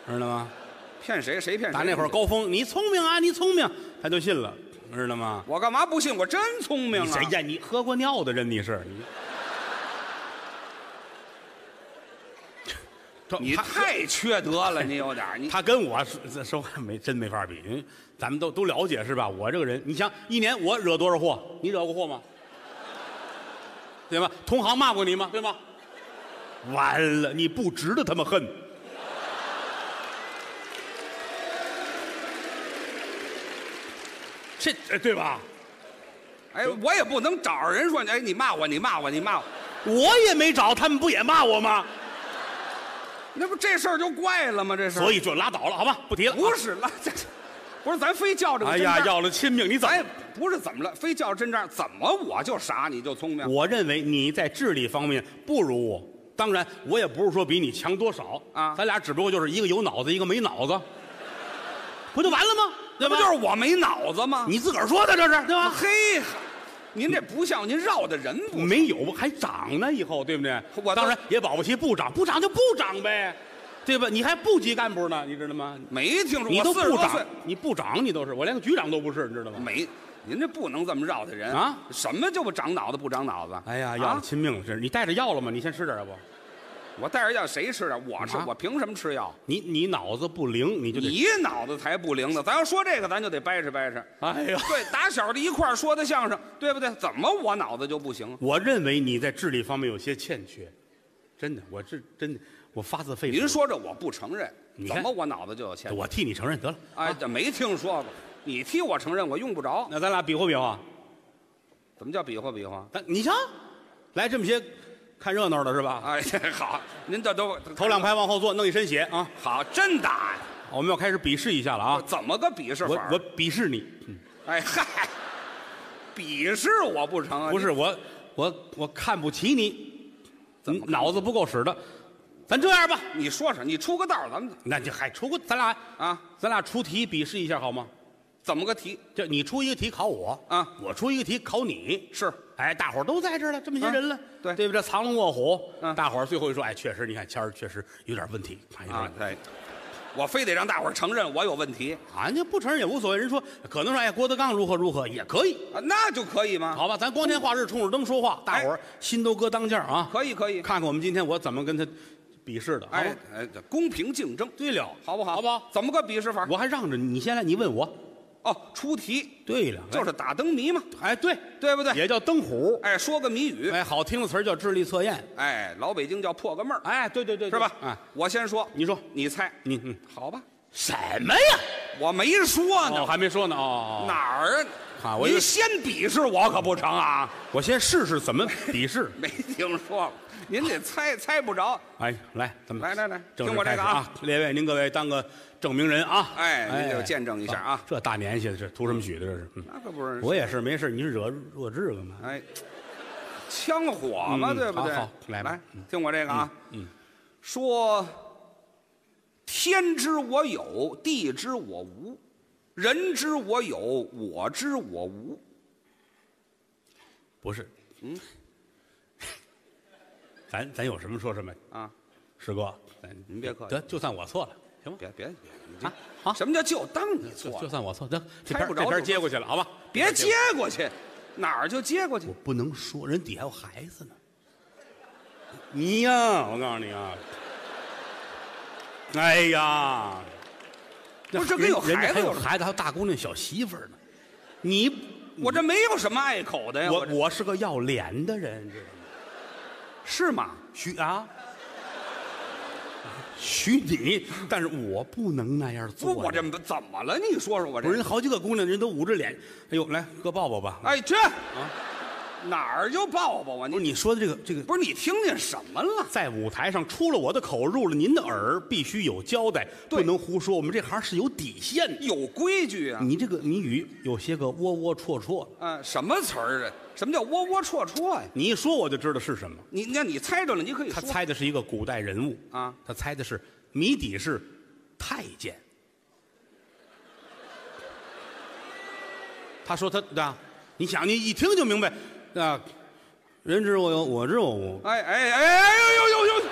Speaker 1: 知道吗？
Speaker 2: 骗谁谁骗谁。
Speaker 1: 打那会儿，高峰，你聪明啊，你聪明，他就信了，知道吗？
Speaker 2: 我干嘛不信？我真聪明
Speaker 1: 你
Speaker 2: 啊
Speaker 1: 谁！呀？你喝过尿的人你是你，这
Speaker 2: 你
Speaker 1: 他
Speaker 2: 太缺德了，你有点儿你
Speaker 1: 他跟我说说话没真没法比，因为咱们都都了解是吧？我这个人，你想一年我惹多少祸？你惹过祸吗？对吧？同行骂过你吗？对吗？完了，你不值得他们恨。这呃对吧？
Speaker 2: 哎，我也不能找着人说，哎，你骂我，你骂我，你骂我，
Speaker 1: 我也没找，他们不也骂我吗？
Speaker 2: 那不这事儿就怪了吗？这事儿
Speaker 1: 所以就拉倒了，好吧，不提了。
Speaker 2: 不是了，这不是咱非较这个
Speaker 1: 哎
Speaker 2: 真
Speaker 1: 呀，
Speaker 2: 章，
Speaker 1: 要了亲命，你怎么
Speaker 2: 哎，不是怎么了，非较真章，怎么我就傻你就聪明
Speaker 1: 我认为你在智力方面不如我，当然我也不是说比你强多少
Speaker 2: 啊
Speaker 1: 咱俩只不过就是一个有脑子，一个没脑子， 不就完了吗？对
Speaker 2: 那不
Speaker 1: 吧？
Speaker 2: 就是我没脑子吗？
Speaker 1: 你自个儿说的，这是对吧？
Speaker 2: 嘿，您这不像您绕的人不
Speaker 1: 没有还长呢，以后对不对？
Speaker 2: 我都
Speaker 1: 当然也保不齐不长，不长就不长呗，对吧？你还部级干部呢，你知道吗？
Speaker 2: 没听说，
Speaker 1: 你
Speaker 2: 我
Speaker 1: 都
Speaker 2: 四十
Speaker 1: 不
Speaker 2: 多岁
Speaker 1: 长，你不长你都是，我连个局长都不是，你知道吗？
Speaker 2: 没，您这不能这么绕的人
Speaker 1: 啊
Speaker 2: 什么就不长脑子不长脑子？
Speaker 1: 哎呀，要了
Speaker 2: 啊，
Speaker 1: 亲命了，这是你带着药了吗？你先吃点要不？
Speaker 2: 我带着药谁吃啊？我吃
Speaker 1: 干嘛，
Speaker 2: 我凭什么吃药？
Speaker 1: 你你脑子不灵，你就得
Speaker 2: 你脑子才不灵呢！咱要说这个，咱就得掰扯掰扯。
Speaker 1: 哎呀，
Speaker 2: 对，打小就一块儿说的相声，对不对？怎么我脑子就不行？
Speaker 1: 我认为你在智力方面有些欠缺，真的，我这真的，我发自肺腑。
Speaker 2: 您，说这我不承认
Speaker 1: 你，看
Speaker 2: 怎么我脑子就有欠？
Speaker 1: 我替你承认得了。
Speaker 2: 哎，这没听说过。你替我承认，我用不着。
Speaker 1: 那咱俩比划比划，
Speaker 2: 怎么叫比划比划？
Speaker 1: 咱你瞧，来这么些看热闹的是吧？
Speaker 2: 哎， 好，您这都
Speaker 1: 头两排往后坐，弄一身血啊！
Speaker 2: 好，真打呀、
Speaker 1: 我们要开始比试一下了啊！
Speaker 2: 怎么个鄙视
Speaker 1: 我
Speaker 2: 法？
Speaker 1: 我鄙视你，
Speaker 2: 哎嗨，鄙视我不成啊？
Speaker 1: 不是我，我我看不起你，嗯
Speaker 2: 怎么看不起
Speaker 1: 脑子不够使的？咱这样吧，
Speaker 2: 你，你说说，你出个道儿，咱们
Speaker 1: 那就还出个咱俩
Speaker 2: 啊，
Speaker 1: 咱俩出题比试一下好吗？
Speaker 2: 怎么个题？
Speaker 1: 就你出一个题考我
Speaker 2: 啊，
Speaker 1: 我出一个题考你。
Speaker 2: 是
Speaker 1: 哎，大伙儿都在这儿了，这么些
Speaker 2: 啊
Speaker 1: 人了，
Speaker 2: 对
Speaker 1: 对不对？藏龙卧虎，
Speaker 2: 嗯
Speaker 1: 大伙儿最后一说，哎，确实，你看谦儿确实有点问题，看有点
Speaker 2: 啊，对，我非得让大伙儿承认我有问题
Speaker 1: 啊，你不承认也无所谓。人说可能说，哎，郭德纲如何如何也可以，
Speaker 2: 啊，那就可以吗？
Speaker 1: 好吧？咱光天化日，冲着灯说话，大伙儿心都搁当间儿啊。
Speaker 2: 可以，可以。
Speaker 1: 看看我们今天我怎么跟他比试的。好吧
Speaker 2: 哎，哎，这公平竞争，
Speaker 1: 对了，
Speaker 2: 好不好？
Speaker 1: 好不好？
Speaker 2: 怎么个鄙视法？
Speaker 1: 我还让着你，你先来，你问我。
Speaker 2: 哦，出题
Speaker 1: 对了，
Speaker 2: 就是打灯谜嘛，
Speaker 1: 哎，对，
Speaker 2: 对不对？
Speaker 1: 也叫灯虎，
Speaker 2: 哎，说个谜语，
Speaker 1: 哎，好听的词儿叫智力测验。
Speaker 2: 哎，老北京叫破个闷儿，
Speaker 1: 哎，对对对，
Speaker 2: 是吧？
Speaker 1: 哎，
Speaker 2: 我先说，
Speaker 1: 你说
Speaker 2: 你猜，
Speaker 1: 你嗯，
Speaker 2: 好吧？
Speaker 1: 什么呀？
Speaker 2: 我没说
Speaker 1: 哦，
Speaker 2: 呢，
Speaker 1: 还没说呢哦。哦
Speaker 2: 哪儿
Speaker 1: 啊我以为
Speaker 2: 您先鄙视我可不成啊！。
Speaker 1: 我先试试怎么比试
Speaker 2: 没听说过，您得猜猜不着。
Speaker 1: 哎，来，咱们
Speaker 2: 来来来
Speaker 1: 正式
Speaker 2: 听我这个啊
Speaker 1: 开始！列位，您各位当个证明人啊！
Speaker 2: 哎您就见证一下啊
Speaker 1: 这大年纪的，这图什么许的？这是，嗯
Speaker 2: 那可不是，
Speaker 1: 我也是没事，你惹弱智干嘛？
Speaker 2: 哎，枪火嘛，
Speaker 1: 嗯
Speaker 2: 对不对？
Speaker 1: 好好来吧
Speaker 2: 来，听我这个啊，嗯，说天知我有，地知我无，人知我有，我知我无。
Speaker 1: 不是，嗯， 咱咱有什么说什么
Speaker 2: 啊！
Speaker 1: 师哥，咱
Speaker 2: 您别客气
Speaker 1: 得就算我错了，行吗？
Speaker 2: 别别别你这
Speaker 1: 啊啊，
Speaker 2: 什么叫就当你
Speaker 1: 就
Speaker 2: 错
Speaker 1: 就
Speaker 2: 了？
Speaker 1: 算我错，得这
Speaker 2: 猜
Speaker 1: 边
Speaker 2: 不着
Speaker 1: 这边
Speaker 2: 就
Speaker 1: 接过去了，好吧？
Speaker 2: 别
Speaker 1: 这边
Speaker 2: 接
Speaker 1: 过去，
Speaker 2: 过去，哪儿就接过去
Speaker 1: 我？不能说，人底下还有孩子呢。你呀，我告诉你啊，哎呀，
Speaker 2: 不是这跟
Speaker 1: 人
Speaker 2: 有
Speaker 1: 人家
Speaker 2: 孩子
Speaker 1: 还有
Speaker 2: 有什么
Speaker 1: 孩子，还有大姑娘、小媳妇儿呢。你
Speaker 2: 我这没有什么碍口哎的呀，
Speaker 1: 我
Speaker 2: 我这
Speaker 1: 我是个要脸的人，知道吗？
Speaker 2: 是吗？
Speaker 1: 许啊，许你，但是我不能那样
Speaker 2: 不，
Speaker 1: 做。
Speaker 2: 我这怎么了？你说说我这
Speaker 1: 不是人好几个姑娘，人都捂着脸。哎呦，来哥抱抱吧。
Speaker 2: 哎，这哪儿就抱抱啊？
Speaker 1: 啊不
Speaker 2: 你
Speaker 1: 是你说的这个这个，
Speaker 2: 不是你听见什么了？
Speaker 1: 在舞台上出了我的口，入了您的耳，必须有交代，不
Speaker 2: 对
Speaker 1: 能胡说。我们这行是有底线的。
Speaker 2: 有规矩啊！
Speaker 1: 你这个谜语有些个窝窝戳戳的，
Speaker 2: 嗯，什么词儿啊？什么叫窝窝戳戳呀？
Speaker 1: 你一说我就知道是什么。
Speaker 2: 你那你猜着了，你可以
Speaker 1: 他
Speaker 2: 说
Speaker 1: 猜的是一个古代人物
Speaker 2: 啊，
Speaker 1: 他猜的是谜底是太监。 他说他啊，你想你一听就明白啊，人知我有，我知我无，
Speaker 2: 哎哎哎哎呦呦呦呦！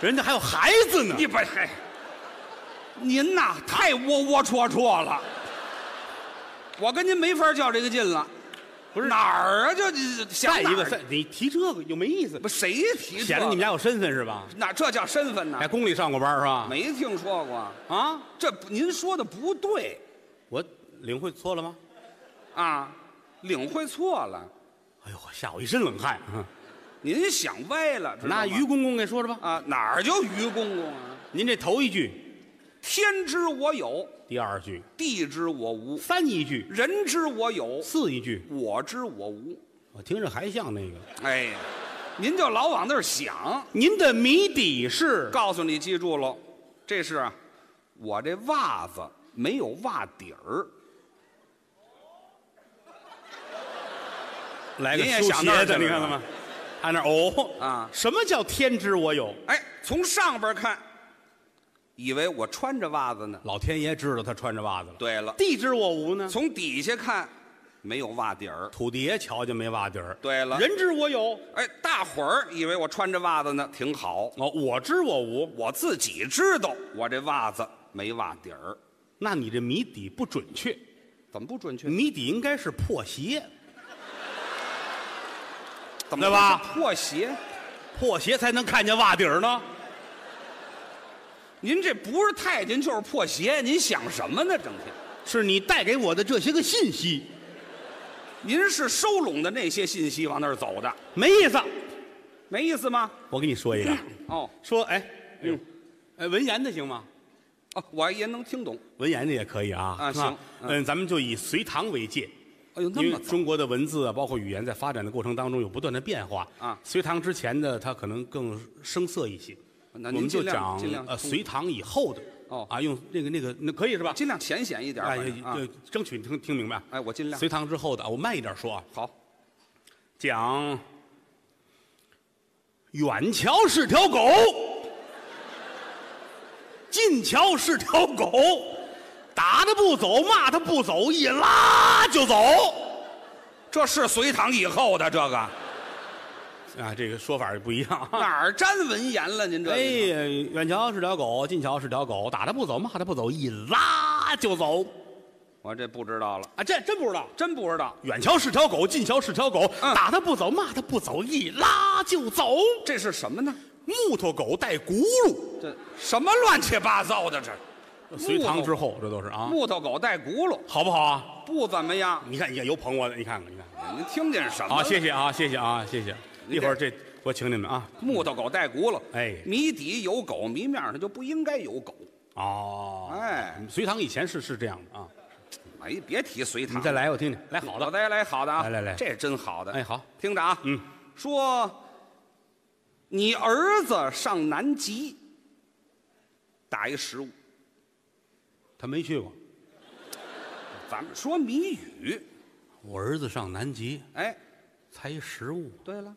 Speaker 2: 这
Speaker 1: 人家还有孩子呢。
Speaker 2: 你把嘿，您呐太窝窝戳戳了，我跟您没法较这个劲了。不是哪儿啊？就就想
Speaker 1: 再一
Speaker 2: 哪
Speaker 1: 个，
Speaker 2: 儿
Speaker 1: 再你提这个又没意思，
Speaker 2: 不谁提这
Speaker 1: 显得你们家有哎身份是吧？
Speaker 2: 哪这叫身份呢
Speaker 1: 在？宫里上过班是吧？
Speaker 2: 没听说过，
Speaker 1: 啊，
Speaker 2: 这不您说的不对
Speaker 1: 我领会错了吗？
Speaker 2: 啊，领会错了，
Speaker 1: 哎呦，吓我一身冷汗。嗯
Speaker 2: 您想歪了。知道 吗
Speaker 1: 那于公公给说说吧，
Speaker 2: 啊，哪儿就于公公啊？
Speaker 1: 您这头一句、
Speaker 2: 天知我有，
Speaker 1: 第二句、
Speaker 2: 地知我无，
Speaker 1: 三一句、
Speaker 2: 人知我有，
Speaker 1: 四一句，
Speaker 2: 我知我无。
Speaker 1: 我听着还像那个。
Speaker 2: 哎呀，您就老往那儿想。
Speaker 1: 您的谜底是
Speaker 2: 告诉你，记住喽，这是啊，我这袜子没有袜底儿。
Speaker 1: 来个
Speaker 2: 您也
Speaker 1: 修
Speaker 2: 想那
Speaker 1: 鞋
Speaker 2: 儿
Speaker 1: 的，
Speaker 2: 去
Speaker 1: 你
Speaker 2: 了
Speaker 1: 看
Speaker 2: 是
Speaker 1: 到
Speaker 2: 吧
Speaker 1: 吗？他那儿哦
Speaker 2: 啊
Speaker 1: 什么叫天知我有？
Speaker 2: 哎，从上边看，以为我穿着袜子呢。
Speaker 1: 老天爷知道他穿着袜子了。
Speaker 2: 对了，
Speaker 1: 地知我无呢？
Speaker 2: 从底下看，没有袜底儿。
Speaker 1: 土地爷瞧见没袜底儿。
Speaker 2: 对了，
Speaker 1: 人知我有，
Speaker 2: 哎，大伙儿以为我穿着袜子呢，挺好。
Speaker 1: 哦，我知我无。
Speaker 2: 我自己知道我这袜子没袜底儿，
Speaker 1: 那你这谜底不准确，
Speaker 2: 怎么不准确？
Speaker 1: 谜底应该是破鞋。
Speaker 2: 怎么
Speaker 1: 对吧
Speaker 2: 会是破鞋？
Speaker 1: 破鞋才能看见袜底儿呢。
Speaker 2: 您这不是太监就是破鞋，您想什么呢？整天，
Speaker 1: 是你带给我的这些个信息，
Speaker 2: 您是收拢的那些信息往那儿走的，
Speaker 1: 没意思。
Speaker 2: 没意思吗？
Speaker 1: 我跟你说一个，
Speaker 2: 哦，
Speaker 1: 说哎，哎
Speaker 2: 嗯
Speaker 1: 呦，哎，文言的行吗？
Speaker 2: 哦，我也能听懂。
Speaker 1: 文言的也可以啊。
Speaker 2: 啊
Speaker 1: 是吧
Speaker 2: 行嗯
Speaker 1: 嗯，咱们就以隋唐为界，
Speaker 2: 哎呦，那
Speaker 1: 因为
Speaker 2: 么早
Speaker 1: 中国的文字啊，包括语言在发展的过程当中有不断的变化
Speaker 2: 啊
Speaker 1: 隋唐之前的它可能更生涩一些，
Speaker 2: 那
Speaker 1: 我
Speaker 2: 您
Speaker 1: 们就
Speaker 2: 尽量
Speaker 1: 讲
Speaker 2: 尽量
Speaker 1: 呃
Speaker 2: 通
Speaker 1: 隋唐以后的
Speaker 2: 哦
Speaker 1: 啊，用那个那个那可以是吧？
Speaker 2: 尽量浅显一点吧。
Speaker 1: 哎，
Speaker 2: 反正啊
Speaker 1: 就争取你听听明白。
Speaker 2: 哎，我尽量
Speaker 1: 隋唐之后的，啊我慢一点说啊，
Speaker 2: 好。
Speaker 1: 讲远瞧是条狗，近瞧是条狗，打它不走，骂它不走，一拉就走。
Speaker 2: 这是隋唐以后的这个，
Speaker 1: 啊，这个说法不一样啊。
Speaker 2: 哪儿沾文言了？您 这
Speaker 1: 哎
Speaker 2: 里头
Speaker 1: 呀，远瞧是条狗，近瞧是条狗，打它不走，骂它不走，一拉就走。
Speaker 2: 我这不知道了，
Speaker 1: 啊，这真不知道。
Speaker 2: 真不知道。
Speaker 1: 远瞧是条狗，近瞧是条狗，
Speaker 2: 嗯
Speaker 1: 打它不走，骂它不走，一拉就走。
Speaker 2: 这是什么呢？
Speaker 1: 木头狗带轱辘，
Speaker 2: 这什么乱七八糟的这？
Speaker 1: 隋唐之后，这都是啊，
Speaker 2: 木头狗带轱辘，
Speaker 1: 好不好啊？
Speaker 2: 不怎么样。
Speaker 1: 你看，也有捧我的，你看看，你看。
Speaker 2: 您听见什么？
Speaker 1: 好，谢。谢啊，谢谢啊，谢谢。
Speaker 2: 你
Speaker 1: 一
Speaker 2: 这
Speaker 1: 会儿这我请你们啊。
Speaker 2: 木头狗带轱辘，
Speaker 1: 哎
Speaker 2: 谜底有狗，谜面上就不应该有狗。
Speaker 1: 哦，
Speaker 2: 哎，
Speaker 1: 隋唐以前是是这样的啊。
Speaker 2: 哎，别提隋
Speaker 1: 你
Speaker 2: 唐。
Speaker 1: 再来，我听听。来好
Speaker 2: 我
Speaker 1: 的，
Speaker 2: 再来好的啊！
Speaker 1: 来来来
Speaker 2: 这真好的。
Speaker 1: 哎，好，
Speaker 2: 听着啊，
Speaker 1: 嗯，
Speaker 2: 说你儿子上南极打一食物，
Speaker 1: 他没去过。
Speaker 2: 咱们说谜语。
Speaker 1: 我儿子上南极
Speaker 2: 哎，
Speaker 1: 采食物，
Speaker 2: 对了，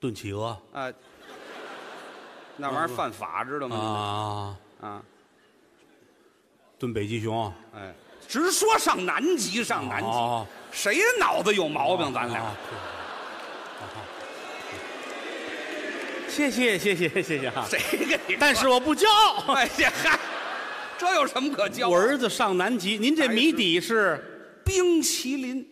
Speaker 1: 炖企鹅
Speaker 2: 啊，那玩意儿犯法，知道吗？
Speaker 1: 啊，
Speaker 2: 啊，
Speaker 1: 炖北极熊。
Speaker 2: 哎，直说上南极，上南极，
Speaker 1: 嗯哦
Speaker 2: 谁脑子有毛病？咱俩
Speaker 1: 啊。谢谢谢谢谢谢啊！
Speaker 2: 谁给你？
Speaker 1: 但是我不骄傲，
Speaker 2: 哎呀，嗨，这有什么可教？
Speaker 1: 我儿子上南极，您这谜底是？
Speaker 2: 冰淇淋，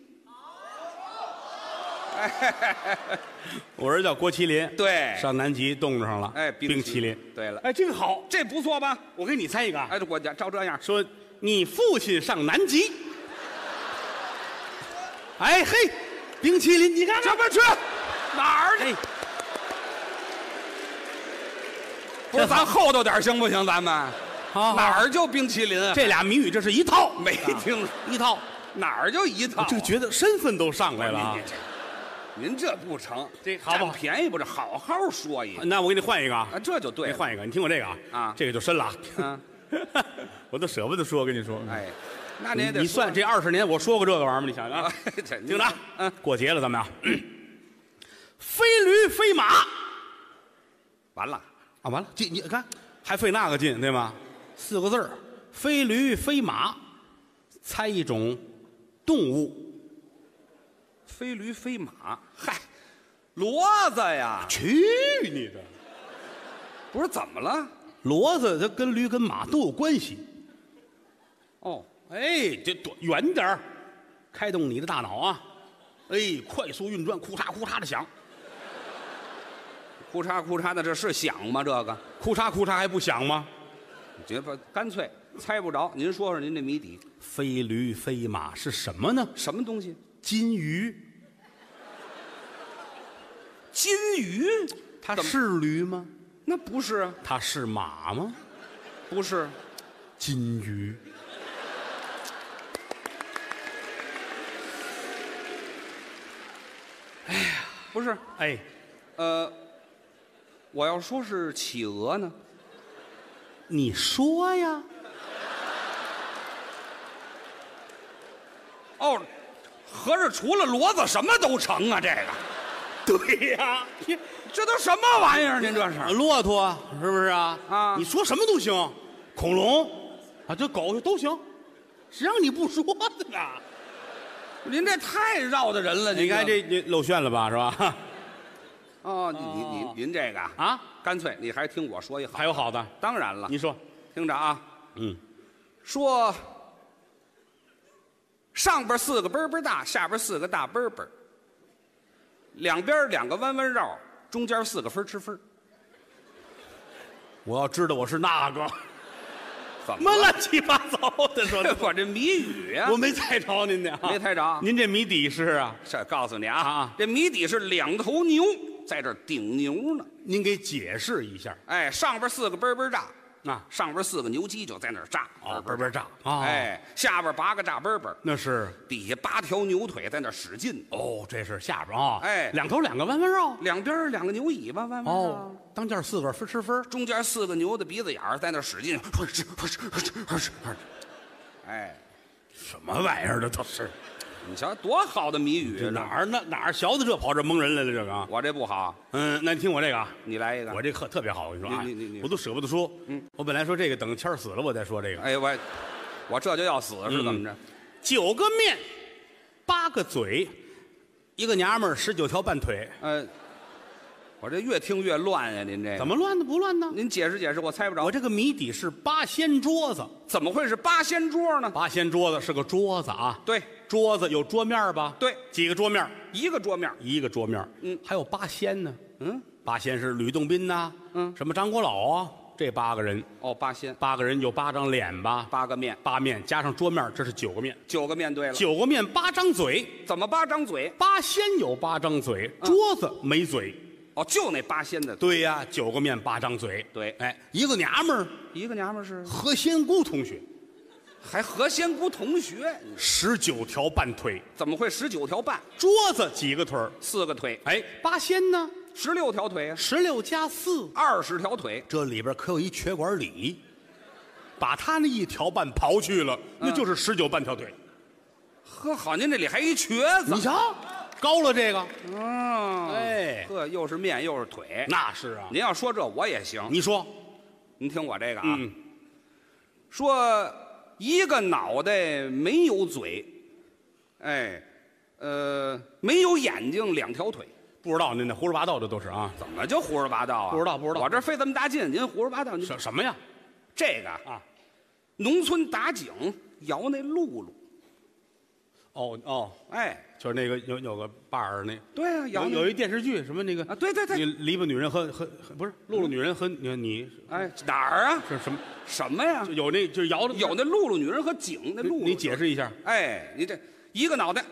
Speaker 1: 我儿子叫郭麒麟，
Speaker 2: 对，
Speaker 1: 上南极冻上了，
Speaker 2: 哎，
Speaker 1: 啊冰淇淋。。
Speaker 2: 对了，
Speaker 1: 哎，这个好，
Speaker 2: 这不错吧？
Speaker 1: 我给你猜一个啊，
Speaker 2: 哎，我家照这样，
Speaker 1: 说你父亲上南 极，哎嘿，冰淇淋，你看看，
Speaker 2: 这不去哪儿去？
Speaker 1: 哎，
Speaker 2: 不是，
Speaker 1: 这好
Speaker 2: 咱厚道点儿行不行？咱们
Speaker 1: 好
Speaker 2: 哪
Speaker 1: 好，
Speaker 2: 儿就冰淇淋啊？
Speaker 1: 这俩谜语这是一套，
Speaker 2: 没听
Speaker 1: 一套，
Speaker 2: 哪儿就一套啊。哎
Speaker 1: 这个觉得身份都上来了啊
Speaker 2: 您。这您这不成，
Speaker 1: 这好不好
Speaker 2: 占便宜不是？好好说一个
Speaker 1: 那我给你换一个啊
Speaker 2: 啊，，这就对
Speaker 1: 你
Speaker 2: 了。
Speaker 1: 换一个，你听我这个啊，
Speaker 2: 啊
Speaker 1: 这个就深了啊，
Speaker 2: 嗯，
Speaker 1: 我都舍不得说，跟你说，
Speaker 2: 哎，那
Speaker 1: 你
Speaker 2: 您也得
Speaker 1: 你算这二十年，我说过这个玩意儿吗？你想想 啊，
Speaker 2: 哎 这您
Speaker 1: 听着啊，
Speaker 2: 嗯，
Speaker 1: 过节了咱们啊， 飞驴飞马啊，
Speaker 2: 完了，
Speaker 1: 完了，这你看还费那个劲对吗？四个字儿，飞驴飞马，猜一种动物，
Speaker 2: 飞驴飞马，嗨，骡子呀，
Speaker 1: 去你的！
Speaker 2: 不是怎么了？
Speaker 1: 骡子它跟驴跟马都有关系，
Speaker 2: 哦，
Speaker 1: 哎，这躲远点儿，开动你的大脑啊！哎，快速运转，库嚓库嚓的响，
Speaker 2: 哭嚓哭嚓的，这是响吗？这个，
Speaker 1: 库嚓库嚓还不响吗？
Speaker 2: 你觉得干脆猜不着。您说说您这谜底
Speaker 1: 飞驴飞马是什么呢？
Speaker 2: 什么东西？
Speaker 1: 金鱼，
Speaker 2: 金鱼？
Speaker 1: 它
Speaker 2: 怎么
Speaker 1: 是驴吗？
Speaker 2: 那不是啊，
Speaker 1: 它是马吗？
Speaker 2: 不是。
Speaker 1: 金鱼，
Speaker 2: 不是，
Speaker 1: 哎，
Speaker 2: 呃，我要说是企鹅呢，
Speaker 1: 你说呀？
Speaker 2: 哦，合着除了骡子什么都成啊，这个
Speaker 1: 对呀、
Speaker 2: 这都什么玩意儿？您这是
Speaker 1: 骆驼是不是啊？
Speaker 2: 啊
Speaker 1: 你说什么都行，恐龙啊，这狗都行，谁让你不说的啊呢？
Speaker 2: 您这太绕的人了，您
Speaker 1: 哎你看
Speaker 2: 这
Speaker 1: 这你露馅了吧？是吧？
Speaker 2: 哦，您您您您这个啊，
Speaker 1: 啊，
Speaker 2: 干脆你还是听我说一好。
Speaker 1: 还有好的，
Speaker 2: 当然了，
Speaker 1: 你说，
Speaker 2: 听着啊，
Speaker 1: 嗯，
Speaker 2: 说上边四个奔奔大，下边四个大奔奔，两边两个弯弯绕，
Speaker 1: 中间四个分吃分。我要知道我是那 个，
Speaker 2: 怎，
Speaker 1: 什么乱七八糟的说的
Speaker 2: 哎我这谜语 呀、
Speaker 1: 我 没猜着您呢、啊，
Speaker 2: 没猜着
Speaker 1: 您这谜底是啊，
Speaker 2: 这告诉你啊，
Speaker 1: 啊
Speaker 2: 这谜底是两头牛在这儿顶牛呢。
Speaker 1: 您给解释一下
Speaker 2: 哎，上边四个嘣嘣炸，
Speaker 1: 啊，
Speaker 2: 上边四个牛鸡就在那儿炸，
Speaker 1: 哦，嘣嘣炸啊，，
Speaker 2: 哎，下边八个炸嘣嘣，
Speaker 1: 那是
Speaker 2: 底下八条牛腿在那儿使劲，
Speaker 1: 哦，这是下边啊，
Speaker 2: 哎
Speaker 1: 两头两个弯弯绕，
Speaker 2: 两边两个牛尾巴弯弯绕
Speaker 1: 哦，当间四个分吃分，
Speaker 2: 中间四个牛的鼻子眼儿在那儿使劲，哎，
Speaker 1: 什么玩意儿的都 是
Speaker 2: 你瞧多好的谜语
Speaker 1: 这哪
Speaker 2: 呢！
Speaker 1: 儿呢哪儿学的这跑这蒙人来了这个啊，
Speaker 2: 我这不好，
Speaker 1: 嗯，那你听我这个啊。
Speaker 2: 你来一个。
Speaker 1: 我这课特别好，我跟你说嗯啊，
Speaker 2: 你你你你
Speaker 1: 我都舍不得说。我本来说这个等谦儿死了我再说这个。
Speaker 2: 哎我，我这就要死是怎么着？
Speaker 1: 九个面，八个嘴，一个娘们儿十九条半腿，
Speaker 2: 呃，我这越听越乱呀！您这
Speaker 1: 嗯怎
Speaker 2: 么？
Speaker 1: 么乱的不乱呢？
Speaker 2: 您解释解释，我猜不着
Speaker 1: 我。这个谜底是八仙桌子，
Speaker 2: 怎么会是八仙桌呢？
Speaker 1: 八仙桌子是个桌子啊，
Speaker 2: 对，
Speaker 1: 桌子有桌面儿吧？
Speaker 2: 对
Speaker 1: 几个桌面儿？
Speaker 2: 一个桌面。
Speaker 1: 一个桌面儿。
Speaker 2: 嗯
Speaker 1: 还有八仙呢。
Speaker 2: 嗯，
Speaker 1: 八仙是吕洞宾呐、
Speaker 2: 嗯
Speaker 1: 什么张果老啊，这八个人，
Speaker 2: 哦，八仙，
Speaker 1: 八个人有八张脸吧？
Speaker 2: 八个面，
Speaker 1: 八面加上桌面儿，这是九个面，
Speaker 2: 九个面对了。
Speaker 1: 九个面八张嘴，
Speaker 2: 怎么八张嘴？
Speaker 1: 八仙有八张嘴，
Speaker 2: 嗯
Speaker 1: 桌子没嘴。
Speaker 2: 哦，就那八仙的。
Speaker 1: 对呀、九个面八张嘴。
Speaker 2: 对
Speaker 1: 哎，一个娘们儿
Speaker 2: 一个娘们儿是
Speaker 1: 何仙姑同学，
Speaker 2: 还何仙姑同学，
Speaker 1: 十九条半腿，
Speaker 2: 怎么会十九条半？
Speaker 1: 桌子几个腿儿？
Speaker 2: 四个腿，
Speaker 1: 哎，八仙呢？
Speaker 2: 十六条腿啊，
Speaker 1: 十六加四，
Speaker 2: 二十条腿。
Speaker 1: 这里边可有一瘸管李，把他那一条半刨去了，那就是十九半条腿。
Speaker 2: 呵，好，您这里还一瘸子
Speaker 1: 你。瞧，高了这个，
Speaker 2: 嗯，
Speaker 1: 哎
Speaker 2: 呵，又是面又是腿。
Speaker 1: 那是啊。
Speaker 2: 您要说这我也行。
Speaker 1: 你说，
Speaker 2: 您听我这个啊，
Speaker 1: 嗯，
Speaker 2: 说一个脑袋没有嘴，哎，呃，没有眼睛，两条腿，
Speaker 1: 不知道您那胡说八道的都是啊，
Speaker 2: 怎么就胡说八道啊？
Speaker 1: 不知道不知道
Speaker 2: 我这费这么大劲，您胡说八道，您
Speaker 1: 什什么呀？
Speaker 2: 这个
Speaker 1: 啊，
Speaker 2: 农村打井摇那辘轳，
Speaker 1: 哦哦，
Speaker 2: 哎，
Speaker 1: 就是那个有有个把儿那，
Speaker 2: 对啊，摇
Speaker 1: 有
Speaker 2: 那
Speaker 1: 有一电视剧什么那个
Speaker 2: 啊，对对
Speaker 1: 你
Speaker 2: 对，
Speaker 1: 篱笆女人和和和不是露露女人和你你
Speaker 2: 哎，哪儿啊？
Speaker 1: 是什么？
Speaker 2: 什么呀？
Speaker 1: 有那就是摇的
Speaker 2: 有那露露女人和井，那露露，
Speaker 1: 你解？释一下
Speaker 2: 哎，你这一个脑袋，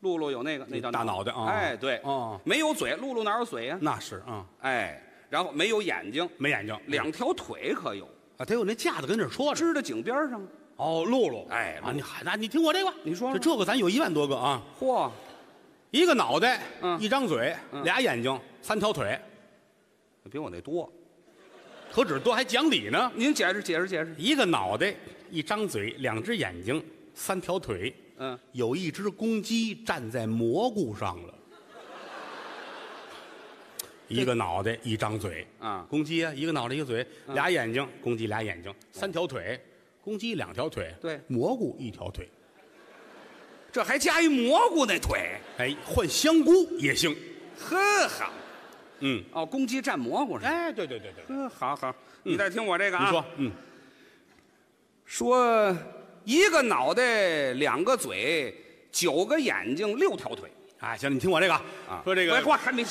Speaker 2: 露露有那个那叫
Speaker 1: 大脑袋啊？
Speaker 2: 哎，对，
Speaker 1: 哦，
Speaker 2: 没有嘴，露露哪有嘴呀？
Speaker 1: 那是啊，
Speaker 2: 哎，然后没有眼睛，
Speaker 1: 没眼睛
Speaker 2: 两条腿可有，
Speaker 1: 啊，得有那架子跟这儿戳着。
Speaker 2: 支到井边上。
Speaker 1: 哦，露露，
Speaker 2: 哎
Speaker 1: 啊，你喊那你听我这个，
Speaker 2: 你说
Speaker 1: 就这个咱有一万多个啊，
Speaker 2: 嚯，
Speaker 1: 一个脑袋，
Speaker 2: 嗯
Speaker 1: 一张嘴，
Speaker 2: 嗯
Speaker 1: 俩眼睛，三条腿，
Speaker 2: 比我那多。
Speaker 1: 何止多还讲理呢？
Speaker 2: 您解释解释解释。
Speaker 1: 一个脑袋，一张嘴，两只眼睛，三条腿，
Speaker 2: 嗯，
Speaker 1: 有一只公鸡站在蘑菇上 了，一个脑袋一张嘴
Speaker 2: 啊
Speaker 1: 公鸡啊，一个脑袋一个嘴，
Speaker 2: 嗯
Speaker 1: 俩眼睛，公鸡俩眼睛，三条腿，公鸡两条腿，
Speaker 2: 对
Speaker 1: 蘑菇一条腿，
Speaker 2: 这还加一蘑菇那腿，
Speaker 1: 哎，换香菇也行，
Speaker 2: 呵好。
Speaker 1: 嗯，
Speaker 2: 哦，公鸡蘸蘑菇是吧？
Speaker 1: 哎，对对对对，
Speaker 2: 呵，好好，你再听我这个啊。
Speaker 1: 你说，嗯，
Speaker 2: 说一个脑袋，两个嘴，九个眼睛，六条腿
Speaker 1: 哎，行，你听我这个
Speaker 2: 啊
Speaker 1: 啊。说这
Speaker 2: 哎
Speaker 1: 个，
Speaker 2: 话还没，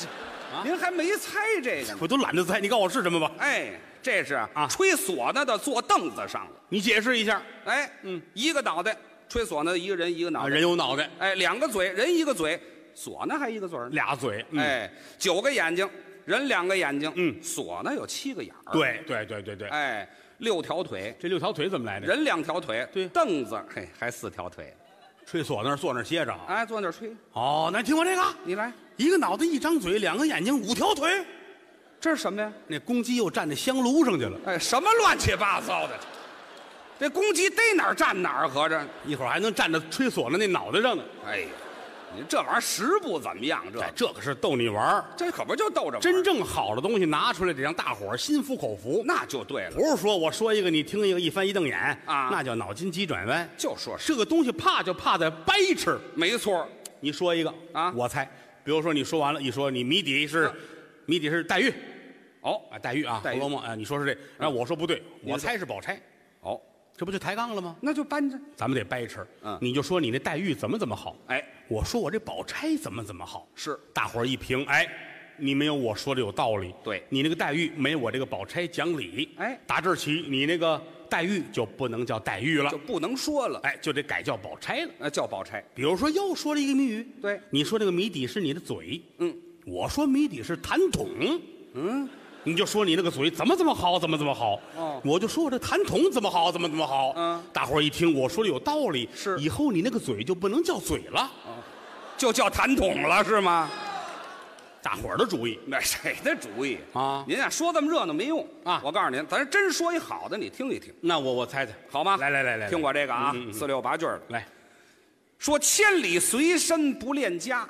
Speaker 2: 您还没猜这个呢。
Speaker 1: 我都懒得猜，你告诉我是什么吧？
Speaker 2: 哎，这是
Speaker 1: 啊
Speaker 2: 吹唢呐的坐凳子上了。
Speaker 1: 你解释一下
Speaker 2: 哎，嗯，一个脑袋吹唢呐，一个人一个
Speaker 1: 啊，
Speaker 2: 脑袋。
Speaker 1: 人有脑袋，
Speaker 2: 哎，两个嘴，人一个嘴，唢呐还一个嘴儿呢。
Speaker 1: 俩嘴，嗯，
Speaker 2: 哎，九个眼睛，人两个眼睛。
Speaker 1: 嗯
Speaker 2: 唢呐有七个眼儿。，
Speaker 1: 对对对对对，
Speaker 2: 哎，六条腿，
Speaker 1: 这六条腿怎么来的？
Speaker 2: 人两条腿。
Speaker 1: 对
Speaker 2: 凳子嘿还四条腿。
Speaker 1: 吹唢呐坐那儿歇着啊。
Speaker 2: 哎，坐那儿吹，
Speaker 1: 哦，那你听我这个啊，
Speaker 2: 你来，
Speaker 1: 一个脑袋，一张嘴，两个眼睛，五条腿。
Speaker 2: 这是什么呀？
Speaker 1: 那公鸡又站在香炉上去了，
Speaker 2: 哎，什么乱七八糟的？这公鸡逮哪儿站哪儿，合着。
Speaker 1: 一会儿还能站着吹唢呐那脑袋上呢。
Speaker 2: 哎呀，你这玩意儿食不怎么样，这
Speaker 1: 哎，这可是逗你玩儿。
Speaker 2: 这可不就逗着玩儿
Speaker 1: 真正好的东西拿出来得让大伙儿心服口服，
Speaker 2: 哦那就对了，
Speaker 1: 不是说我说一个你听一个，一翻一瞪眼
Speaker 2: 啊
Speaker 1: 那叫脑筋急转弯。
Speaker 2: 就说是
Speaker 1: 这个东西怕就怕在掰扯。
Speaker 2: 没错儿。
Speaker 1: 你说一个
Speaker 2: 啊
Speaker 1: 我猜。比如说你说完了，一说你谜底是，谜底是黛玉
Speaker 2: 哦
Speaker 1: 啊，黛玉啊，《
Speaker 2: 黛玉嗯
Speaker 1: 红楼梦》啊，你说是这，然后我说不对，我
Speaker 2: 说
Speaker 1: 猜是宝钗，
Speaker 2: 哦，
Speaker 1: 这不就抬杠了吗？
Speaker 2: 那就搬着。
Speaker 1: 咱们得掰扯。
Speaker 2: 嗯
Speaker 1: 你就说你那黛玉怎么怎么好，
Speaker 2: 哎，
Speaker 1: 我说我这宝钗怎么怎么好，
Speaker 2: 是
Speaker 1: 大伙儿一评，哎，你没有我说的有道理。
Speaker 2: 对
Speaker 1: 你那个待遇没有我这个宝钗讲理。
Speaker 2: 哎
Speaker 1: 打这儿起，你那个待遇就不能叫待遇了
Speaker 2: 就，不能说了。
Speaker 1: 哎，就得改叫宝钗了。
Speaker 2: 那叫宝钗，
Speaker 1: 比如说，又说了一个谜语，
Speaker 2: 对
Speaker 1: 你说这个谜底是你的嘴，
Speaker 2: 嗯，
Speaker 1: 我说谜底是痰桶，
Speaker 2: 嗯，
Speaker 1: 你就说你那个嘴怎么怎么好，怎么怎么好，
Speaker 2: 哦
Speaker 1: 我就说我这痰桶怎么好，怎么怎么好，
Speaker 2: 嗯，
Speaker 1: 大伙儿一听我说的有道理，
Speaker 2: 是
Speaker 1: 以后你那个嘴就不能叫嘴了，
Speaker 2: 就叫痰桶了是吗？
Speaker 1: 大伙儿的主意，
Speaker 2: 那谁的主意
Speaker 1: 啊
Speaker 2: 您啊，说这么热闹没用
Speaker 1: 啊
Speaker 2: 我告诉您，咱真说一好的，你听一听，
Speaker 1: 那我我猜猜，
Speaker 2: 好吗？
Speaker 1: 来来来来，
Speaker 2: 听我这个啊
Speaker 1: 嗯嗯，嗯
Speaker 2: 四六八句儿的。
Speaker 1: 来，
Speaker 2: 说千里随身不恋家，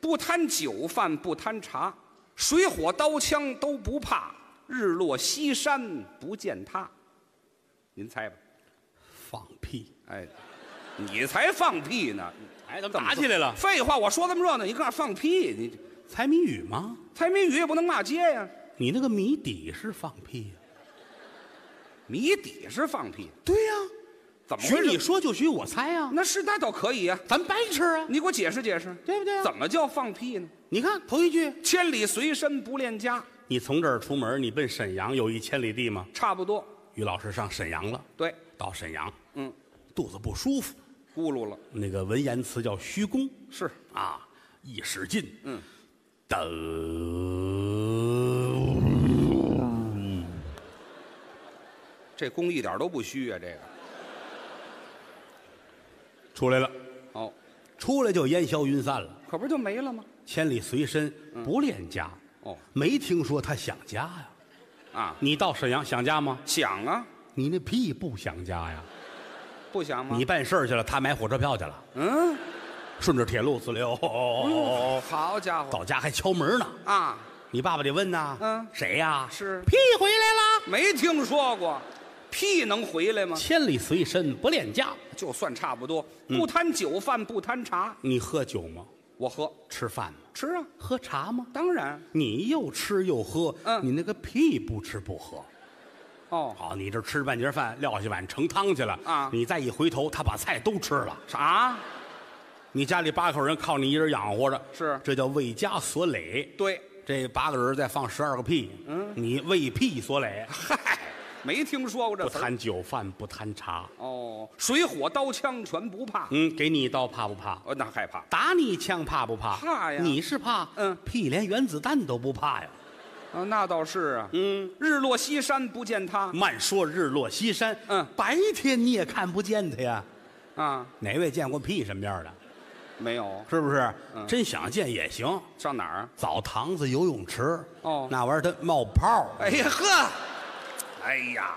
Speaker 2: 不贪酒饭不贪茶，水火刀枪都不怕，日落西山不见他。您猜吧？
Speaker 1: 放屁，
Speaker 2: 哎，你才放屁呢！
Speaker 1: 哎，怎么
Speaker 2: 怎么
Speaker 1: 打起来了？
Speaker 2: 废话，我说这么热闹，你搁那儿放屁？你
Speaker 1: 猜谜语吗？
Speaker 2: 猜谜语也不能骂街呀、
Speaker 1: 你那个谜底是放屁啊呀、
Speaker 2: 谜底是放屁，
Speaker 1: 对呀、
Speaker 2: 怎么
Speaker 1: 许
Speaker 2: 回事？
Speaker 1: 你说就许我猜呀、
Speaker 2: 那是那倒可以呀、
Speaker 1: 咱白痴啊，
Speaker 2: 你给我解释解释，
Speaker 1: 对不对啊、
Speaker 2: 怎么叫放屁呢？
Speaker 1: 你看头一句，
Speaker 2: 千里随身不恋家，
Speaker 1: 你从这儿出门，你奔沈阳有一千里地吗？
Speaker 2: 差不多。
Speaker 1: 于老师上沈阳了，
Speaker 2: 对，
Speaker 1: 到沈阳，
Speaker 2: 嗯，
Speaker 1: 肚子不舒服，
Speaker 2: 咕噜了，
Speaker 1: 那个文言词叫虚功
Speaker 2: 是
Speaker 1: 啊，一使劲，
Speaker 2: 嗯，
Speaker 1: 噔，
Speaker 2: 这功一点都不虚啊，这个。
Speaker 1: 出来了，
Speaker 2: 哦，
Speaker 1: 出来就烟消云散了，
Speaker 2: 可不是就没了吗？
Speaker 1: 千里随身
Speaker 2: 嗯
Speaker 1: 不恋家，
Speaker 2: 哦，
Speaker 1: 没听说他想家呀。
Speaker 2: 啊，
Speaker 1: 你到沈阳想家吗？
Speaker 2: 想啊，
Speaker 1: 你那屁不想家呀！
Speaker 2: 不想吗？
Speaker 1: 你办事儿去了，他买火车票去了，
Speaker 2: 嗯，哦
Speaker 1: 顺着铁路四六
Speaker 2: 哎好家伙
Speaker 1: 到家还敲门呢。
Speaker 2: 啊，
Speaker 1: 你爸爸得问呐，
Speaker 2: 嗯
Speaker 1: 谁呀？
Speaker 2: 是
Speaker 1: 屁回来了，
Speaker 2: 没听说过，屁能回来吗？
Speaker 1: 千里随身不恋家。
Speaker 2: 就算差不多，
Speaker 1: 嗯
Speaker 2: 不贪酒饭不贪茶，
Speaker 1: 你喝酒吗？
Speaker 2: 我喝
Speaker 1: 吃饭吗？
Speaker 2: 吃啊，
Speaker 1: 喝茶吗？
Speaker 2: 当然
Speaker 1: 你又吃又喝，
Speaker 2: 嗯
Speaker 1: 你那个屁不吃不喝。
Speaker 2: 哦，
Speaker 1: 好，你这吃半截饭，撂下碗盛汤去了
Speaker 2: 啊
Speaker 1: 你再一回头，他把菜都吃了。
Speaker 2: 啥？
Speaker 1: 你家里八口人靠你一人养活着，
Speaker 2: 是
Speaker 1: 这叫为家所累。
Speaker 2: 对，
Speaker 1: 这八个人再放十二个屁，嗯，你为屁所累，
Speaker 2: 嗨，没听说 过这
Speaker 1: 不
Speaker 2: 词儿。
Speaker 1: 贪酒饭，不贪茶，
Speaker 2: 哦，水火刀枪全不怕，
Speaker 1: 嗯，给你一刀怕不怕？
Speaker 2: 我哪害怕？
Speaker 1: 打你一枪怕不怕？
Speaker 2: 怕呀
Speaker 1: 你是怕？
Speaker 2: 嗯
Speaker 1: 屁连原子弹都不怕呀。
Speaker 2: 啊，那倒是啊。
Speaker 1: 嗯，
Speaker 2: 日落西山不见他
Speaker 1: 慢说日落西山，
Speaker 2: 嗯
Speaker 1: 白天你也看不见他呀。
Speaker 2: 啊，
Speaker 1: 哪位见过屁什么样的？
Speaker 2: 没有
Speaker 1: 是不是？
Speaker 2: 嗯
Speaker 1: 真想见也行。
Speaker 2: 上哪儿啊？
Speaker 1: 澡堂子、游泳池，
Speaker 2: 哦
Speaker 1: 那玩意儿它冒泡。
Speaker 2: 哎呀呵，哎呀，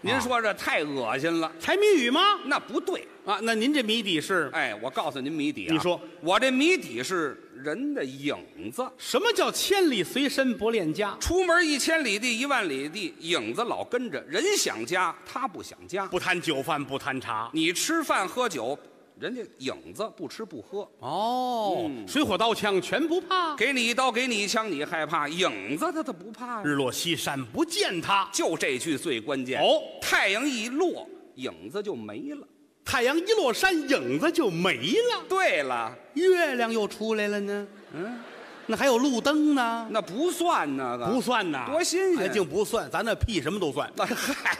Speaker 2: 您
Speaker 1: 啊
Speaker 2: 说这太恶心了，
Speaker 1: 猜谜语吗？
Speaker 2: 那不对。
Speaker 1: 啊，那您这谜底是
Speaker 2: 哎，我告诉您谜底啊，
Speaker 1: 你说
Speaker 2: 我这谜底是人的影子，
Speaker 1: 什么叫千里随身不恋家？
Speaker 2: 出门一千里地一万里地，影子老跟着，人想家他不想家，
Speaker 1: 不贪酒饭，不贪茶。
Speaker 2: 你吃饭喝酒，人家影子不吃不喝，
Speaker 1: 哦，水火刀枪全不怕。
Speaker 2: 给你一刀给你一枪你害怕，影子他他不怕呀，
Speaker 1: 日落西山不见他。
Speaker 2: 就这句最关键
Speaker 1: 哦
Speaker 2: 太阳一落，影子就没了。
Speaker 1: 太阳一落山，影子就没了。
Speaker 2: 对了，
Speaker 1: 月亮又出来了呢，
Speaker 2: 嗯，
Speaker 1: 那还有路灯呢，
Speaker 2: 那不算那个，
Speaker 1: 不算呐，
Speaker 2: 多新鲜
Speaker 1: 哎竟不算，咱那屁什么都算，
Speaker 2: 那嗨，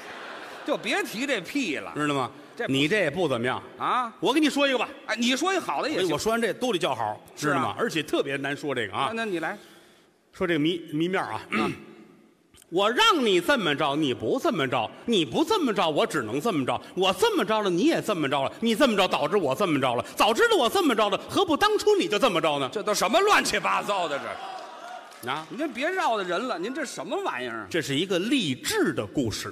Speaker 2: 就别提这屁了
Speaker 1: 知道吗
Speaker 2: 这？不
Speaker 1: 你这也不怎么样。
Speaker 2: 啊！
Speaker 1: 我跟你说一个吧，
Speaker 2: 哎，你说一好的也行
Speaker 1: 我。说完这都得叫好，
Speaker 2: 是
Speaker 1: 知
Speaker 2: 啊
Speaker 1: 道吗？而且特别难说这个
Speaker 2: 啊，
Speaker 1: 啊，
Speaker 2: 那你来，
Speaker 1: 说这个谜谜面啊。 我让你这么着，你不这么着；你不这么着，我只能这么着；我这么着了，你也这么着了；你这么着，导致我这么着了。早知道我这么着了，何不当初你就这么着呢？
Speaker 2: 这都什么乱七八糟的这？
Speaker 1: 啊，
Speaker 2: 您别绕的人了，您这什么玩意儿啊？
Speaker 1: 这是一个励志的故事。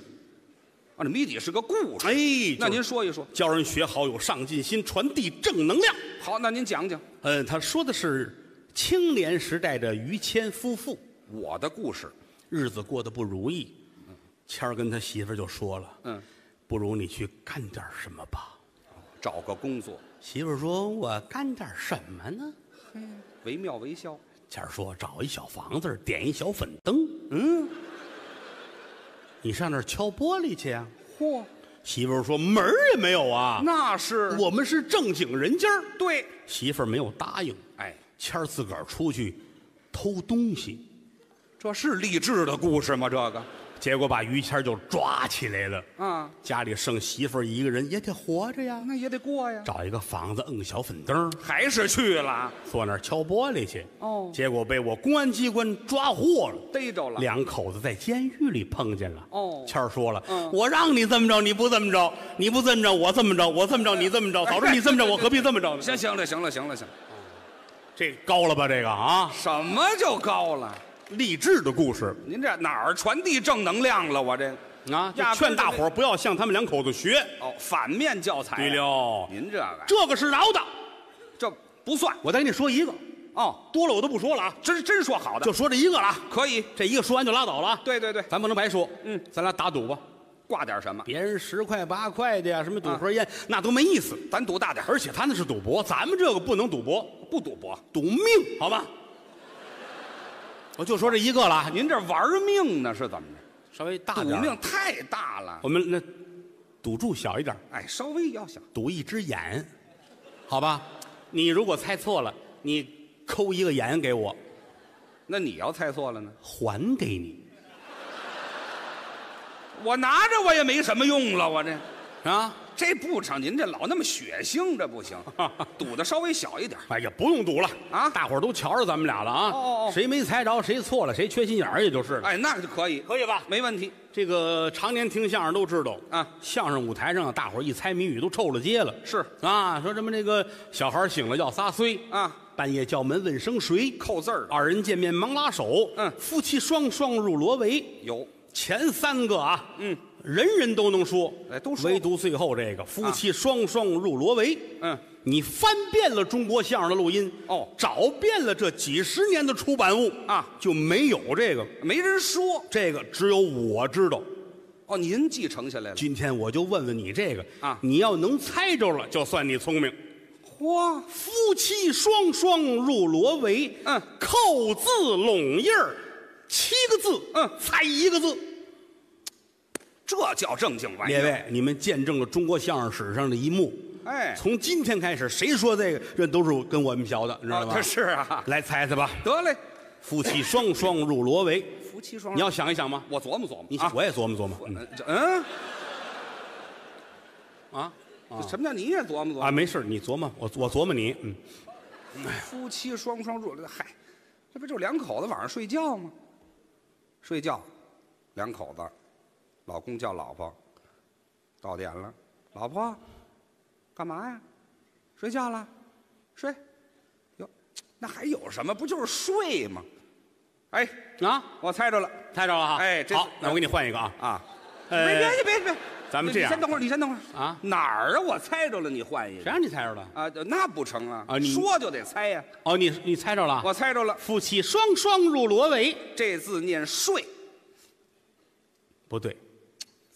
Speaker 2: 啊，这谜底是个故事。
Speaker 1: 哎，
Speaker 2: 那您
Speaker 1: 就是
Speaker 2: 说一说，
Speaker 1: 教人学好，有上进心，传递正能量。
Speaker 2: 好，那您讲讲
Speaker 1: 嗯，他说的是青年时代的于谦夫妇，
Speaker 2: 我的故事。
Speaker 1: 日子过得不如意。谦儿跟他媳妇儿就说了
Speaker 2: 嗯，：“
Speaker 1: 不如你去干点什么吧。
Speaker 2: 找个工作，”
Speaker 1: 媳妇儿说：“我干点什么呢
Speaker 2: 惟妙惟肖。？”
Speaker 1: 谦儿说：“找一小房子，点一小粉灯。
Speaker 2: 嗯，
Speaker 1: 你上那儿敲玻璃去啊
Speaker 2: 嚯，？”
Speaker 1: 媳妇儿说：“门儿也没有啊，
Speaker 2: 那是
Speaker 1: 我们是正经人家儿
Speaker 2: 对。
Speaker 1: 媳妇儿没有答应。
Speaker 2: 哎，
Speaker 1: 谦儿自个儿出去偷东西，
Speaker 2: 这是励志的故事吗？这个，
Speaker 1: 结果把于谦就抓起来了。
Speaker 2: 嗯，
Speaker 1: 家里剩媳妇儿一个人，也得活着呀。
Speaker 2: 那也得过呀，
Speaker 1: 找一个房子，摁个小粉灯儿，
Speaker 2: 还是去了，
Speaker 1: 坐那儿敲玻璃去。
Speaker 2: 哦
Speaker 1: 结果被我公安机关抓获了。
Speaker 2: 逮着了。
Speaker 1: 两口子在监狱里碰见了。
Speaker 2: 哦
Speaker 1: 谦儿说了，
Speaker 2: 嗯
Speaker 1: 我让你这么着，你不这么着，你不这么着，我这么着，我这么着，你这么着，早知你这么着，我何必这么着呢？
Speaker 2: 行行了，行了，行了，行了，
Speaker 1: 这高了吧？这个啊，
Speaker 2: 什么就高了？
Speaker 1: 励志的故事
Speaker 2: 您这哪儿传递正能量了？我这
Speaker 1: 啊，就
Speaker 2: 压根儿就
Speaker 1: 劝大伙儿不要向他们两口子学。
Speaker 2: 哦，反面教材啊。
Speaker 1: 对了，
Speaker 2: 您这个
Speaker 1: 这个是饶的。
Speaker 2: 这不算
Speaker 1: 我再跟你说一个，
Speaker 2: 哦，
Speaker 1: 多了我都不说了啊，
Speaker 2: 真真说好的
Speaker 1: 就说这一个了啊。
Speaker 2: 可以。
Speaker 1: 这一个说完就拉倒了啊。
Speaker 2: 对对对，
Speaker 1: 咱不能白说，
Speaker 2: 嗯，
Speaker 1: 咱俩打赌吧，
Speaker 2: 挂点什么，
Speaker 1: 别人十块八块的呀，什么赌盒烟，啊那都没意思。
Speaker 2: 咱赌大点儿，
Speaker 1: 而且他那是赌博，咱们这个不能赌博，
Speaker 2: 不赌博。
Speaker 1: 赌命，好 吧？我就说这一个了啊，你
Speaker 2: 您这玩命呢是怎么着？
Speaker 1: 稍微大
Speaker 2: 赌
Speaker 1: 点儿
Speaker 2: 命，太大了，
Speaker 1: 我们那赌注小一点儿，
Speaker 2: 哎，稍微要想
Speaker 1: 赌一只眼，好吧？你如果猜错了，你抠一个眼给我，
Speaker 2: 那你要猜错了呢？
Speaker 1: 还给你
Speaker 2: 我拿着我也没什么用了，我这
Speaker 1: 啊！
Speaker 2: 这不成，您这老那么血腥，这不行，赌的稍微小一点。
Speaker 1: 哎呀，不用赌了
Speaker 2: 啊
Speaker 1: 大伙儿都瞧着咱们俩了啊！
Speaker 2: 哦哦哦
Speaker 1: 谁没猜着，谁错了，谁缺心眼儿，也就是了。
Speaker 2: 哎，那就可以，
Speaker 1: 可以吧？
Speaker 2: 没问题。
Speaker 1: 这个常年听相声都知道
Speaker 2: 啊
Speaker 1: 相声舞台上大伙儿一猜谜语都臭了街了。
Speaker 2: 是
Speaker 1: 啊，说什么这个小孩儿醒了要撒虽
Speaker 2: 啊，
Speaker 1: 半夜叫门问声谁，
Speaker 2: 扣字儿啊的
Speaker 1: 二人见面忙拉手，
Speaker 2: 嗯
Speaker 1: 夫妻双双入罗围。
Speaker 2: 有，
Speaker 1: 前三个啊，
Speaker 2: 嗯，
Speaker 1: 人人都能说，
Speaker 2: 哎都说
Speaker 1: 唯独最后这个夫妻双双入罗围。
Speaker 2: 嗯，
Speaker 1: 你翻遍了中国相声的录音，
Speaker 2: 哦
Speaker 1: 找遍了这几十年的出版物
Speaker 2: 啊
Speaker 1: 就没有这个，
Speaker 2: 没人说
Speaker 1: 这个只有我知道。
Speaker 2: 哦，您继承下来了。
Speaker 1: 今天我就问问你这个
Speaker 2: 啊
Speaker 1: 你要能猜着了，就算你聪明。
Speaker 2: 嚯，
Speaker 1: 夫妻双双入罗围，
Speaker 2: 嗯，
Speaker 1: 扣字拢印儿，七个字，
Speaker 2: 嗯
Speaker 1: 猜一个字。
Speaker 2: 这叫正经玩意
Speaker 1: 列
Speaker 2: 儿。
Speaker 1: 位，你们见证了中国相声史上的一幕。
Speaker 2: 哎，
Speaker 1: 从今天开始，谁说这个，这都是跟我们学的，你知道吗？
Speaker 2: 啊是啊，
Speaker 1: 来猜猜吧，
Speaker 2: 得嘞，
Speaker 1: 夫妻双双入罗围，
Speaker 2: 夫妻双
Speaker 1: 你要想一想吗？
Speaker 2: 我琢磨琢磨，
Speaker 1: 你想，
Speaker 2: 啊，
Speaker 1: 嗯我也琢磨琢磨。嗯
Speaker 2: 嗯这嗯，
Speaker 1: 啊
Speaker 2: 什么叫你也琢磨琢磨
Speaker 1: 啊，？没事，你琢磨，我我琢磨你，嗯，
Speaker 2: 夫妻双双入了，嗨，这不就两口子晚上睡觉吗？睡觉，两口子，老公叫老婆，到点了，老婆，干嘛呀？睡觉了，睡，哟，那还有什么？不就是睡吗？哎，
Speaker 1: 啊，
Speaker 2: 我猜着了
Speaker 1: 猜着了哈。
Speaker 2: 哎这
Speaker 1: 好，那我给你换一个啊。
Speaker 2: 啊！别
Speaker 1: 呃，
Speaker 2: 别别别别，
Speaker 1: 咱们这样
Speaker 2: 你先等会儿，你先等会儿
Speaker 1: 啊
Speaker 2: 哪儿啊？我猜着了，你换一
Speaker 1: 谁
Speaker 2: 个
Speaker 1: 让你猜着了？
Speaker 2: 啊？那不成啊！
Speaker 1: 啊你
Speaker 2: 说就得猜呀、
Speaker 1: 哦，你你猜着了
Speaker 2: 我。猜着了，
Speaker 1: 夫妻双双入罗围，
Speaker 2: 这字念睡。
Speaker 1: 不对，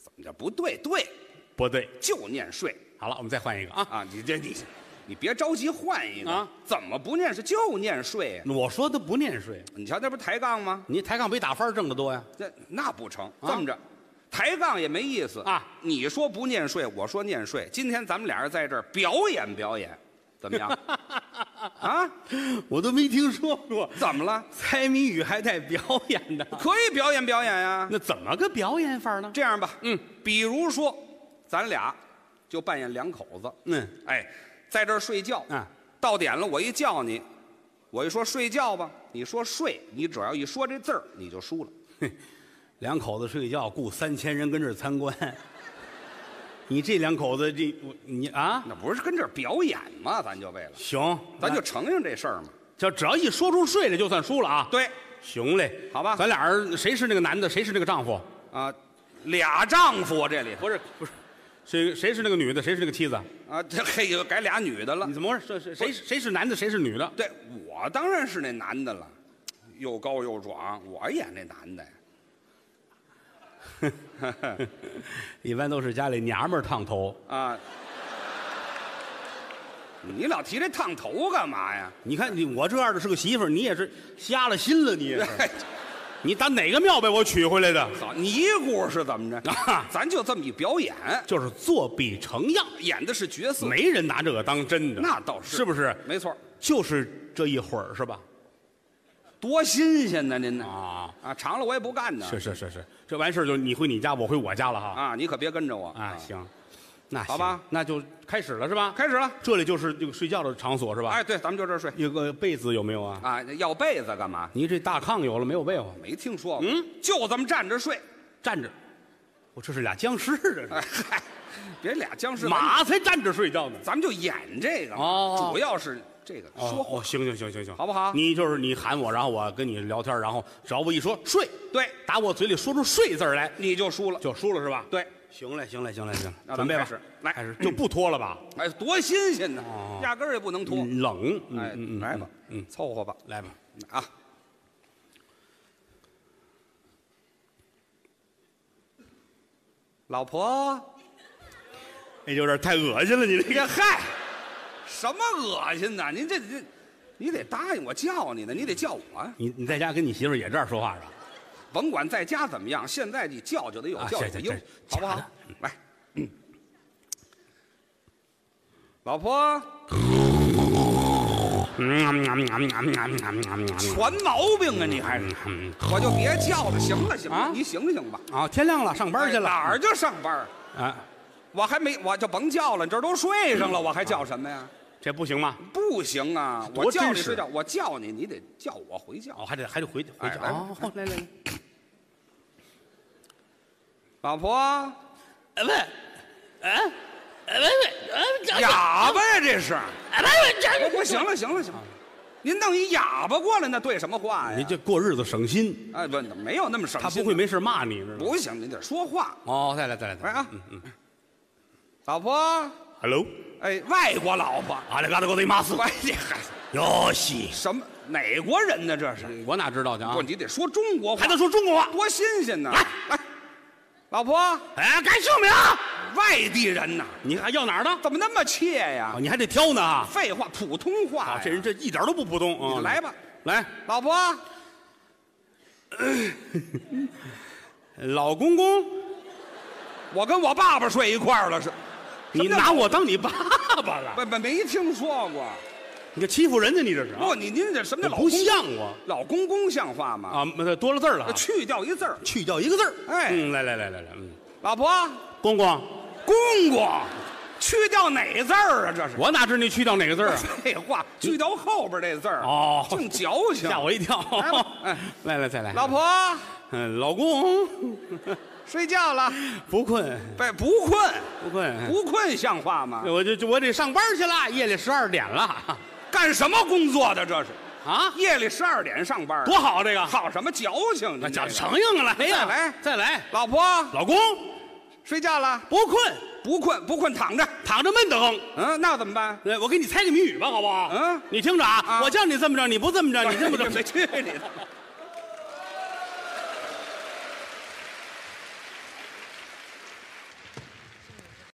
Speaker 2: 怎么着不对？对，
Speaker 1: 不对。
Speaker 2: 就念睡
Speaker 1: 好了，我们再换一个啊。
Speaker 2: 啊！你这你，你别着急换一个
Speaker 1: 啊
Speaker 2: 怎么不念是就念睡呀、
Speaker 1: 我说的不念睡，
Speaker 2: 你瞧，那不是抬杠吗？
Speaker 1: 你抬杠比打翻挣得多呀。
Speaker 2: 这那不成，
Speaker 1: 啊
Speaker 2: 这么着，抬杠也没意思
Speaker 1: 啊！
Speaker 2: 你说不念睡，我说念睡，今天咱们俩人在这儿表演表演，怎么样？啊？
Speaker 1: 我都没听说过，
Speaker 2: 怎么了？
Speaker 1: 猜谜语还带表演的，
Speaker 2: 可以表演表演呀、
Speaker 1: 那怎么个表演法呢？
Speaker 2: 这样吧，嗯，比如说，咱俩就扮演两口子，
Speaker 1: 嗯，
Speaker 2: 哎，啊在这儿睡觉，
Speaker 1: 嗯，
Speaker 2: 到点了我一叫你，我一说睡觉吧，你说睡，你只要一说这字儿你就输了。
Speaker 1: 两口子睡觉，雇三千人跟这儿参观。 你这两口子，这我你啊，
Speaker 2: 那不是跟这儿表演吗？咱就为了，
Speaker 1: 行，
Speaker 2: 咱就承认这事儿嘛。
Speaker 1: 就只要一说出睡来，就算输了啊。
Speaker 2: 对，
Speaker 1: 行嘞，
Speaker 2: 好吧
Speaker 1: 咱俩人谁是那个男的，谁是那个丈夫？
Speaker 2: 啊，俩丈夫这里头
Speaker 1: 不是不是，谁谁是那个女的，谁是那个妻子？
Speaker 2: 啊，这嘿又改俩女的了
Speaker 1: 你。怎么回事？谁谁谁是男的，谁是女的？
Speaker 2: 对，我当然是那男的了，又高又壮，我演那男的呀。
Speaker 1: 一般都是家里娘们儿烫头。
Speaker 2: 啊，你老提这烫头干嘛呀？
Speaker 1: 你看你我这样的是个媳妇儿，你也是瞎了心了，你 也是。
Speaker 2: 嘿
Speaker 1: 你打哪个庙被我娶回来的？
Speaker 2: 好，尼姑是怎么着？
Speaker 1: 啊
Speaker 2: 咱就这么一表演，
Speaker 1: 就是作比成样，
Speaker 2: 演的是角色，
Speaker 1: 没人拿这个当真的。
Speaker 2: 那倒是，
Speaker 1: 是不是？
Speaker 2: 没错，
Speaker 1: 就是这一会儿是吧？
Speaker 2: 多新鲜呢！您呢？
Speaker 1: 啊，
Speaker 2: 啊，长了我也不干呢。
Speaker 1: 是是是是，这完事儿就你回你家，我回我家了哈。
Speaker 2: 啊，你可别跟着我
Speaker 1: 啊，行，那
Speaker 2: 好吧
Speaker 1: 行那就开始了是吧？
Speaker 2: 开始了。
Speaker 1: 这里就是这个睡觉的场所是吧？
Speaker 2: 哎，对，咱们就这儿睡
Speaker 1: 有个被子有没有啊？
Speaker 2: 啊。要被子干嘛？
Speaker 1: 你这大炕有了没有被窝？
Speaker 2: 没听说过。
Speaker 1: 嗯，
Speaker 2: 就这么站着睡。
Speaker 1: 站着，我这是俩僵尸啊这
Speaker 2: 哎
Speaker 1: 是，
Speaker 2: 嗨，别俩僵尸，
Speaker 1: 马才站着睡觉呢。
Speaker 2: 咱们就演这个嘛
Speaker 1: 哦
Speaker 2: 主要是这个说话
Speaker 1: 哦，行行行行行，
Speaker 2: 好不好
Speaker 1: 你就是你喊我，然后我跟你聊天，然后只要我一说睡，
Speaker 2: 对，
Speaker 1: 打我嘴里说出“睡”字儿来，
Speaker 2: 你就输了。
Speaker 1: 就输了是吧？
Speaker 2: 对，
Speaker 1: 行嘞，行嘞，行嘞，行，
Speaker 2: 那
Speaker 1: 准
Speaker 2: 咱们
Speaker 1: 备吧
Speaker 2: 开始，来
Speaker 1: 开始就不脱了吧，
Speaker 2: 哎，多新鲜呢
Speaker 1: 哦，
Speaker 2: 压根儿也不能脱。
Speaker 1: 冷，嗯
Speaker 2: 哎，
Speaker 1: 嗯嗯
Speaker 2: 来吧，
Speaker 1: 嗯，
Speaker 2: 凑合吧
Speaker 1: 来吧，
Speaker 2: 啊。老婆，
Speaker 1: 哎，有点太恶心了，你这
Speaker 2: 你看，
Speaker 1: 个，
Speaker 2: 嗨，什么恶心呐？您这这，你得答应我叫你呢，你得叫我呀，
Speaker 1: 你你在家跟你媳妇儿也这样说话是吧？
Speaker 2: 甭管在家怎么样，现在你叫就得有
Speaker 1: 啊
Speaker 2: 叫
Speaker 1: 这
Speaker 2: 有
Speaker 1: 这
Speaker 2: 应
Speaker 1: 这，
Speaker 2: 好不
Speaker 1: 假
Speaker 2: 好
Speaker 1: 的？
Speaker 2: 来，嗯老婆，传毛病啊，你还是，我就别叫了，行了行了
Speaker 1: 啊，
Speaker 2: 你醒醒吧。
Speaker 1: 啊，天亮了，上班去了，
Speaker 2: 哎哪儿就上班儿？
Speaker 1: 啊？
Speaker 2: 我还没，我就甭叫了，你这都睡上了，我还叫什么呀？
Speaker 1: 这不行吗？
Speaker 2: 不行啊，
Speaker 1: 多
Speaker 2: 我叫
Speaker 1: 真
Speaker 2: 你
Speaker 1: 实
Speaker 2: 睡觉，我叫你，你得叫我回觉。
Speaker 1: 哦，还得还得回回
Speaker 2: 哎
Speaker 1: 家
Speaker 2: 来
Speaker 1: 哦，好来来，来
Speaker 2: 老婆，
Speaker 1: 哎喂，哎，哎喂喂，哎
Speaker 2: 哑巴呀，这是。
Speaker 1: 哎喂喂，
Speaker 2: 我不行了，行了，行了，您弄一哑巴过来，那对什么话呀？
Speaker 1: 你这过日子省心，
Speaker 2: 哎，不，没有那么省
Speaker 1: 他
Speaker 2: 心
Speaker 1: 不会没事骂你，知道吗？
Speaker 2: 不行，你得说话。
Speaker 1: 哦，再来再来再
Speaker 2: 来
Speaker 1: 来
Speaker 2: 啊，老婆，
Speaker 1: ！Hello，
Speaker 2: 哎，外国老婆，
Speaker 1: 阿里嘎多给你骂死，
Speaker 2: 哎呀，嗨
Speaker 1: 哟西，
Speaker 2: 什么哪国人呢？这是
Speaker 1: 我哪知道去啊
Speaker 2: 不，？你得说中国话
Speaker 1: 还，能说中国话？
Speaker 2: 多新鲜呢！
Speaker 1: 来
Speaker 2: 来，老婆，
Speaker 1: 哎，该姓名啊？
Speaker 2: 外地人呐，
Speaker 1: 你还要哪儿的？
Speaker 2: 怎么那么怯呀
Speaker 1: 啊，？你还得挑呢啊！
Speaker 2: 废话，普通话
Speaker 1: 啊，
Speaker 2: 呀
Speaker 1: 这人这一点都不普通啊！
Speaker 2: 来吧，
Speaker 1: 来，
Speaker 2: 老婆，
Speaker 1: 老公公，
Speaker 2: 我跟我爸爸睡一块儿了，是
Speaker 1: 你拿我当你爸爸了？
Speaker 2: 不不没听说过。
Speaker 1: 你这欺负人家，你这是啊？
Speaker 2: 不，你您这什么叫老
Speaker 1: 啊不
Speaker 2: 公
Speaker 1: 像我
Speaker 2: 老公公像话吗？
Speaker 1: 啊，那多了字儿了啊，
Speaker 2: 去掉一字儿，
Speaker 1: 去掉一个字儿。
Speaker 2: 哎
Speaker 1: 嗯，来来来来来，嗯，
Speaker 2: 老婆，
Speaker 1: 公公，
Speaker 2: 公公，去掉哪字儿啊？这是
Speaker 1: 我哪知道你去掉哪个字儿啊？
Speaker 2: 废话，去掉后边这字儿
Speaker 1: 哦
Speaker 2: 净矫情。
Speaker 1: 吓我一跳
Speaker 2: 来吧哎！
Speaker 1: 来来再来，
Speaker 2: 老，婆
Speaker 1: 嗯，老公，
Speaker 2: 睡觉了，
Speaker 1: 不困
Speaker 2: 不不困，
Speaker 1: 不困，
Speaker 2: 不困像话吗？
Speaker 1: 我就就我得上班去了，夜里十二点了，
Speaker 2: 干什么工作的这是？
Speaker 1: 啊，
Speaker 2: 夜里十二点上班，
Speaker 1: 多好这个，
Speaker 2: 好什么矫情？
Speaker 1: 那
Speaker 2: 您
Speaker 1: 讲
Speaker 2: 这个
Speaker 1: 承应啊，来呀，
Speaker 2: 再来
Speaker 1: 再来，
Speaker 2: 老婆
Speaker 1: 老公
Speaker 2: 睡觉了，
Speaker 1: 不困，
Speaker 2: 不困不困躺着，
Speaker 1: 躺着闷得慌。
Speaker 2: 嗯，那怎么 办？
Speaker 1: 哎我给你猜个谜语吧，好不好？
Speaker 2: 嗯
Speaker 1: 你听着啊，
Speaker 2: 啊
Speaker 1: 我叫你这么着，你不这么着，你这么着，
Speaker 2: 没去你的！